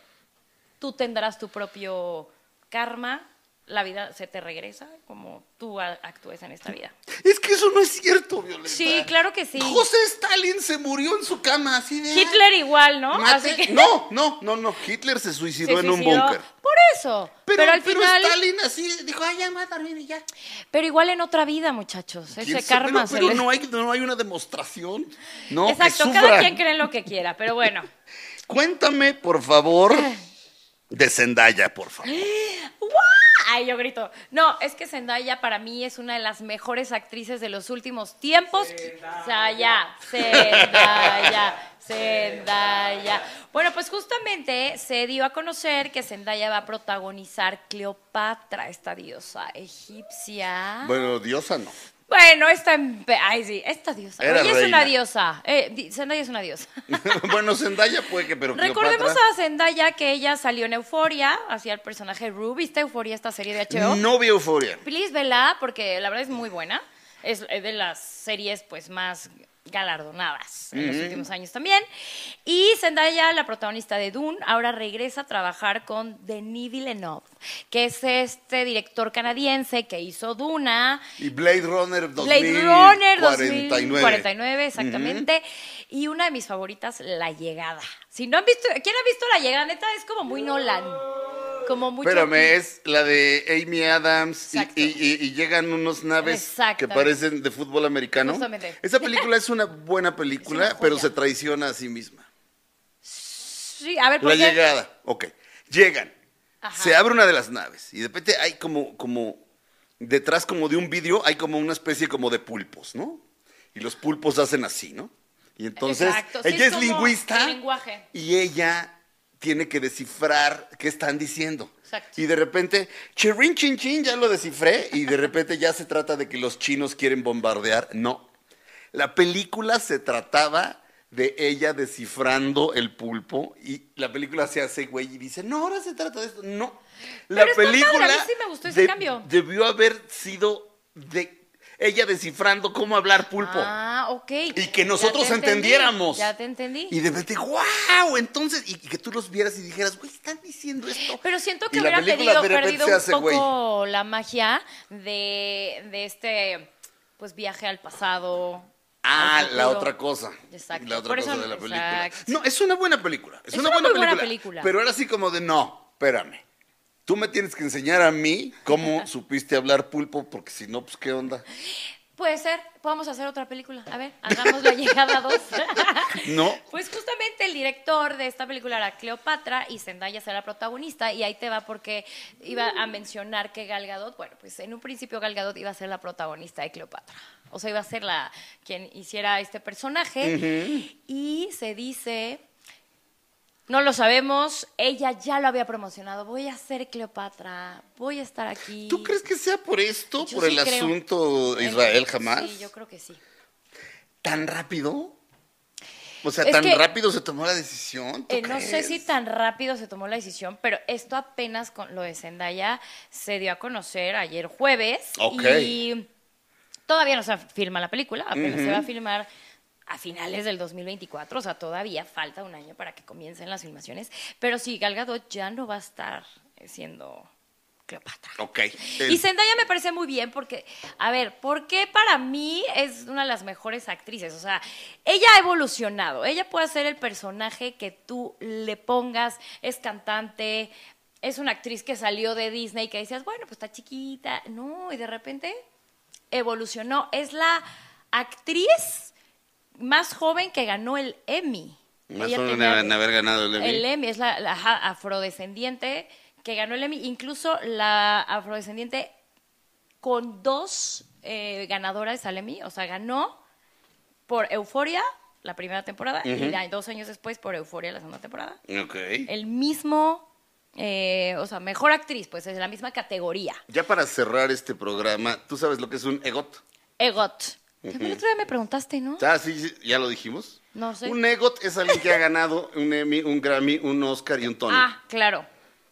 Speaker 2: tú tendrás tu propio karma la vida se te regresa como tú a- actúes en esta vida.
Speaker 1: Es que eso no es cierto, Violeta.
Speaker 2: Sí, claro que sí.
Speaker 1: José Stalin se murió en su cama, así de.
Speaker 2: Hitler igual, ¿no?
Speaker 1: Mate-
Speaker 2: Así que-
Speaker 1: No, no, no, no. Hitler se
Speaker 2: se
Speaker 1: suicidó en un
Speaker 2: suicidó.
Speaker 1: búnker.
Speaker 2: Por eso. Pero,
Speaker 1: Pero,
Speaker 2: al
Speaker 1: pero
Speaker 2: final,
Speaker 1: Stalin así dijo, ay, ya me voy a dormir y ya.
Speaker 2: pero igual en otra vida, muchachos.
Speaker 1: ¿Quién
Speaker 2: Ese
Speaker 1: sabe?
Speaker 2: karma
Speaker 1: Pero,
Speaker 2: se
Speaker 1: pero
Speaker 2: les-
Speaker 1: no, hay, no hay una demostración. No, que
Speaker 2: Exacto, cada
Speaker 1: sufra.
Speaker 2: quien cree en lo que quiera, pero bueno.
Speaker 1: Cuéntame, por favor,
Speaker 2: Ah.
Speaker 1: de Zendaya, por favor.
Speaker 2: Ay, yo grito. No, es que Zendaya para mí es una de las mejores actrices de los últimos tiempos. Zendaya, Zendaya, Zendaya. Bueno, pues justamente se dio a conocer que Zendaya va a protagonizar Cleopatra, esta diosa egipcia.
Speaker 1: Bueno, diosa no.
Speaker 2: Bueno, esta, em- ay sí, esta diosa.
Speaker 1: Era
Speaker 2: Ella es una
Speaker 1: reina.
Speaker 2: diosa. Eh, di- Zendaya es una diosa.
Speaker 1: bueno, Zendaya puede que, pero
Speaker 2: Recordemos
Speaker 1: Cleopatra-
Speaker 2: a Zendaya que ella salió en Euforia, hacía el personaje Ruby. ¿Viste Euforia, esta serie de HBO?
Speaker 1: No vi Euforia.
Speaker 2: Please vela, porque la verdad es muy buena. Es eh, de las series pues más galardonadas en los últimos años también. Y Zendaya, la protagonista de Dune, ahora regresa a trabajar con Denis Villeneuve, que es este director canadiense que hizo Duna,
Speaker 1: Y Blade Runner 2049.
Speaker 2: Blade Runner 2049, exactamente. Y una de mis favoritas, La Llegada. Si no han visto, ¿quién ha visto La Llegada? Neta, es como muy Nolan. Como muy
Speaker 1: Espérame,
Speaker 2: Chucky.
Speaker 1: es la de Amy Adams y,
Speaker 2: Exacto.
Speaker 1: y- y- y llegan unos naves que
Speaker 2: Exactamente.
Speaker 1: parecen de fútbol americano.
Speaker 2: Justamente.
Speaker 1: Esa película es una buena película,
Speaker 2: Es una
Speaker 1: pero
Speaker 2: joya.
Speaker 1: se traiciona a sí misma.
Speaker 2: Sí, a ver, ¿por
Speaker 1: La
Speaker 2: qué?
Speaker 1: llegada, ok. Llegan,
Speaker 2: Ajá.
Speaker 1: se abre una de las naves y de repente hay como, como, detrás como de un vidrio hay como una especie como de pulpos, ¿no? Y los pulpos hacen así, ¿no? Y entonces
Speaker 2: Exacto, sí,
Speaker 1: ella
Speaker 2: es
Speaker 1: es
Speaker 2: como
Speaker 1: lingüista
Speaker 2: el lenguaje.
Speaker 1: y ella tiene que descifrar qué están diciendo.
Speaker 2: Exacto.
Speaker 1: Y de repente, chirrin chin chin, ya lo descifré y de repente ya se trata de que los chinos quieren bombardear. No. La película se trataba de ella descifrando el pulpo y la película se hace güey y dice, no, ahora se trata de esto. No. La
Speaker 2: Pero está padre, a mí sí me gustó ese cambio.
Speaker 1: debió haber sido de ella descifrando cómo hablar pulpo.
Speaker 2: Ah, ok.
Speaker 1: Y que
Speaker 2: Ya
Speaker 1: nosotros
Speaker 2: te entendí,
Speaker 1: entendiéramos.
Speaker 2: Ya te entendí.
Speaker 1: Y de repente, wow, entonces, y que tú los vieras y dijeras, güey, están diciendo esto.
Speaker 2: pero siento que
Speaker 1: Y la
Speaker 2: hubiera
Speaker 1: película
Speaker 2: pedido-
Speaker 1: de repente
Speaker 2: perdido
Speaker 1: se
Speaker 2: un
Speaker 1: hace, güey.
Speaker 2: poco la magia de, de este pues viaje al pasado.
Speaker 1: Ah,
Speaker 2: al
Speaker 1: la
Speaker 2: futuro.
Speaker 1: otra cosa.
Speaker 2: Exacto.
Speaker 1: La otra
Speaker 2: Por eso-
Speaker 1: cosa de la película.
Speaker 2: exacto.
Speaker 1: No, es una buena película. Es,
Speaker 2: Es
Speaker 1: una,
Speaker 2: una
Speaker 1: buena
Speaker 2: muy buena
Speaker 1: película,
Speaker 2: película.
Speaker 1: Pero era así como de, no, espérame. Tú me tienes que enseñar a mí cómo supiste hablar pulpo, porque si no, pues qué onda.
Speaker 2: Puede ser, podemos hacer otra película. A ver, hagamos la llegada 2.
Speaker 1: No.
Speaker 2: Pues justamente el director de esta película era Cleopatra y Zendaya será la protagonista y ahí te va porque iba a mencionar que Gal Gadot, bueno, pues en un principio Gal Gadot iba a ser la protagonista de Cleopatra. O sea, iba a ser la quien hiciera este personaje y se dice no lo sabemos, ella ya lo había promocionado. Voy a ser Cleopatra, voy a estar aquí.
Speaker 1: ¿Tú crees que sea por esto,
Speaker 2: Yo
Speaker 1: por
Speaker 2: sí
Speaker 1: el
Speaker 2: creo.
Speaker 1: asunto Israel jamás?
Speaker 2: Sí, yo creo que sí.
Speaker 1: ¿Tan rápido? O sea,
Speaker 2: Es
Speaker 1: ¿tan
Speaker 2: que-
Speaker 1: rápido se tomó la decisión? ¿Tú
Speaker 2: Eh, no sé
Speaker 1: crees?
Speaker 2: si tan rápido se tomó la decisión, pero esto apenas con lo de Zendaya se dio a conocer ayer jueves.
Speaker 1: Ok.
Speaker 2: Y todavía no se filma la película, apenas se va a filmar a finales del 2024, o sea, todavía falta un año para que comiencen las filmaciones. Pero sí, Gal Gadot ya no va a estar eh, siendo Cleopatra.
Speaker 1: Ok.
Speaker 2: Y
Speaker 1: El-
Speaker 2: Zendaya me parece muy bien porque, a ver, ¿por qué para mí es una de las mejores actrices? O sea, ella ha evolucionado, ella puede hacer el personaje que tú le pongas, es cantante, es una actriz que salió de Disney que decías, bueno, pues está chiquita, no, y de repente evolucionó, es la actriz más joven que ganó el Emmy.
Speaker 1: Más
Speaker 2: Ella
Speaker 1: o menos
Speaker 2: tenía-
Speaker 1: en haber ganado el Emmy.
Speaker 2: el Emmy es la, la, ajá, afrodescendiente que ganó el Emmy, incluso la afrodescendiente con dos eh, ganadoras al Emmy, o sea, ganó por Euforia la primera temporada y la- dos años después por Euforia la segunda temporada.
Speaker 1: Ok.
Speaker 2: El mismo, eh, o sea, mejor actriz, pues es de la misma categoría.
Speaker 1: Ya para cerrar este programa, ¿tú sabes lo que es un EGOT?
Speaker 2: Egot. También el otro día me preguntaste, ¿no?
Speaker 1: Ah, sí, sí, ya lo dijimos.
Speaker 2: No sé.
Speaker 1: Un EGOT es alguien que ha ganado un Emmy, un Grammy, un Oscar y un Tony.
Speaker 2: Ah, claro.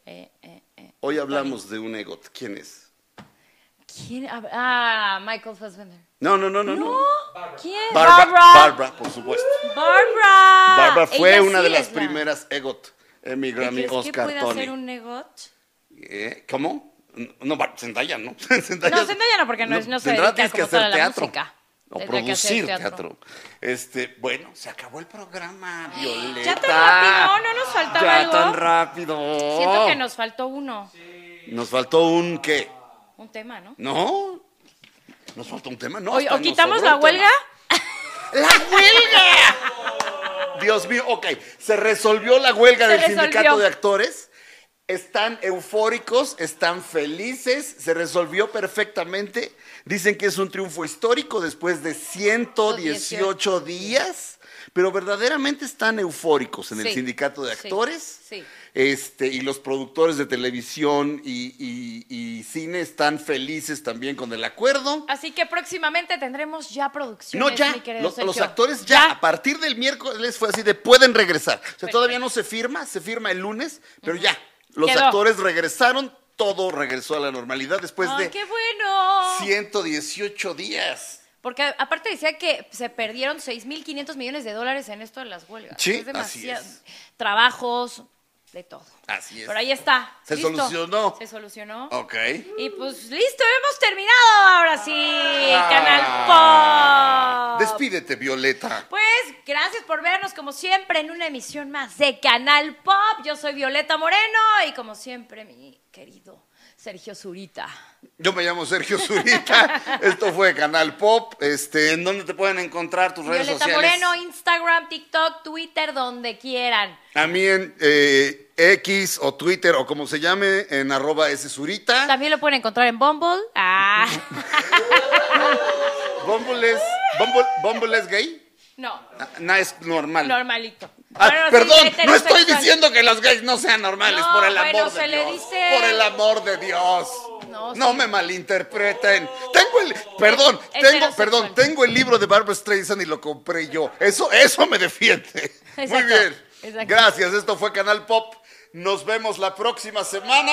Speaker 2: Eh, eh, eh.
Speaker 1: Hoy hablamos de un EGOT. ¿Quién es?
Speaker 2: ¿Quién? hab- Ah, Michael Fassbender.
Speaker 1: No, no, no, no.
Speaker 2: No.
Speaker 1: no.
Speaker 2: ¿Quién?
Speaker 1: Barbara, Barbara, por supuesto.
Speaker 2: Barbara.
Speaker 1: Barbara fue
Speaker 2: Ah, Ella
Speaker 1: una
Speaker 2: sí
Speaker 1: de las
Speaker 2: es la-
Speaker 1: primeras EGOT. Emmy,
Speaker 2: ¿Te
Speaker 1: Grammy,
Speaker 2: crees que
Speaker 1: Oscar,
Speaker 2: puede
Speaker 1: Tony.
Speaker 2: hacer un negot?
Speaker 1: Eh, ¿Cómo? No, va, Zendaya, ¿no?
Speaker 2: No, Zendaya no, porque no es- no se
Speaker 1: tendrá-
Speaker 2: dedica
Speaker 1: tienes
Speaker 2: como tal a la música.
Speaker 1: O
Speaker 2: Tendrá que hacer
Speaker 1: producir teatro.
Speaker 2: teatro.
Speaker 1: Este, bueno, se acabó el programa, Violeta.
Speaker 2: Ya tan rápido, ¿no nos faltaba
Speaker 1: Ya
Speaker 2: algo?
Speaker 1: tan rápido.
Speaker 2: Siento que nos faltó uno,
Speaker 1: Nos faltó un qué.
Speaker 2: un tema, ¿no?
Speaker 1: ¿No? Nos faltó un tema, ¿no?
Speaker 2: Oye,
Speaker 1: hasta
Speaker 2: ¿o
Speaker 1: nos
Speaker 2: quitamos
Speaker 1: sobró
Speaker 2: la
Speaker 1: un
Speaker 2: huelga?
Speaker 1: tema. ¡La huelga! Dios mío, ok. Se resolvió la huelga
Speaker 2: Se
Speaker 1: del
Speaker 2: resolvió.
Speaker 1: sindicato de actores. Están eufóricos, están felices, se resolvió perfectamente. Dicen que es un triunfo histórico después de 118 días, pero verdaderamente están eufóricos en el
Speaker 2: Sí,
Speaker 1: sindicato de
Speaker 2: sí,
Speaker 1: actores.
Speaker 2: sí.
Speaker 1: Este, y los productores de televisión y, y- y cine están felices también con el acuerdo.
Speaker 2: Así que próximamente tendremos ya producciones,
Speaker 1: No, ya.
Speaker 2: mi querido
Speaker 1: Los, los
Speaker 2: Sergio.
Speaker 1: actores ya, a partir del miércoles fue así de pueden regresar. O sea, todavía no se firma, se firma el lunes, pero ya. Los
Speaker 2: Quedó.
Speaker 1: actores regresaron, todo regresó a la normalidad después
Speaker 2: ¡Ay,
Speaker 1: pues, de
Speaker 2: qué bueno!
Speaker 1: 118 días.
Speaker 2: Porque a- aparte decía que se perdieron 6.500 millones de dólares en esto de las huelgas.
Speaker 1: Sí,
Speaker 2: Es demasiado.
Speaker 1: así es.
Speaker 2: Trabajos, de todo.
Speaker 1: Así es.
Speaker 2: Pero ahí está.
Speaker 1: Se
Speaker 2: listo.
Speaker 1: solucionó.
Speaker 2: Se solucionó.
Speaker 1: Ok.
Speaker 2: Y pues listo, hemos terminado ahora sí,
Speaker 1: Ah.
Speaker 2: Canal Pop.
Speaker 1: Despídete, Violeta.
Speaker 2: Pues gracias por vernos como siempre en una emisión más de Canal Pop. Yo soy Violeta Moreno y como siempre mi querido Sergio Zurita.
Speaker 1: Yo me llamo Sergio Zurita. Esto fue Canal Pop. Este, ¿en dónde te pueden encontrar tus redes
Speaker 2: Violeta
Speaker 1: sociales?
Speaker 2: Moreno, Instagram, TikTok, Twitter, donde quieran.
Speaker 1: A mí en eh, X o Twitter o como se llame, en arroba S Zurita.
Speaker 2: También lo pueden encontrar en Bumble. Ah,
Speaker 1: Bumble es, Bumble, Bumble es gay.
Speaker 2: no,
Speaker 1: Ah, No, es normal.
Speaker 2: normalito.
Speaker 1: Ah,
Speaker 2: Bueno, sí,
Speaker 1: perdón, no estoy
Speaker 2: heterosexual.
Speaker 1: diciendo que los gays no sean normales,
Speaker 2: No,
Speaker 1: por el amor
Speaker 2: bueno,
Speaker 1: de
Speaker 2: se le
Speaker 1: Dios.
Speaker 2: dice-
Speaker 1: Por el amor de Dios. No,
Speaker 2: No, sí.
Speaker 1: me malinterpreten. Tengo el perdón, tengo,
Speaker 2: Heterosexual.
Speaker 1: perdón, tengo el libro de Barbara Streisand y lo compré yo. Eso, eso me defiende. Muy
Speaker 2: Exacto,
Speaker 1: bien.
Speaker 2: exacto.
Speaker 1: Gracias. Esto fue Canal Pop. Nos vemos la próxima semana.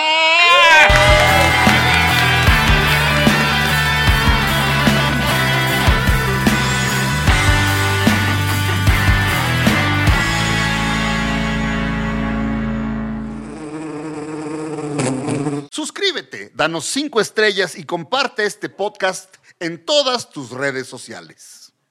Speaker 1: Suscríbete, danos cinco estrellas y comparte este podcast en todas tus redes sociales.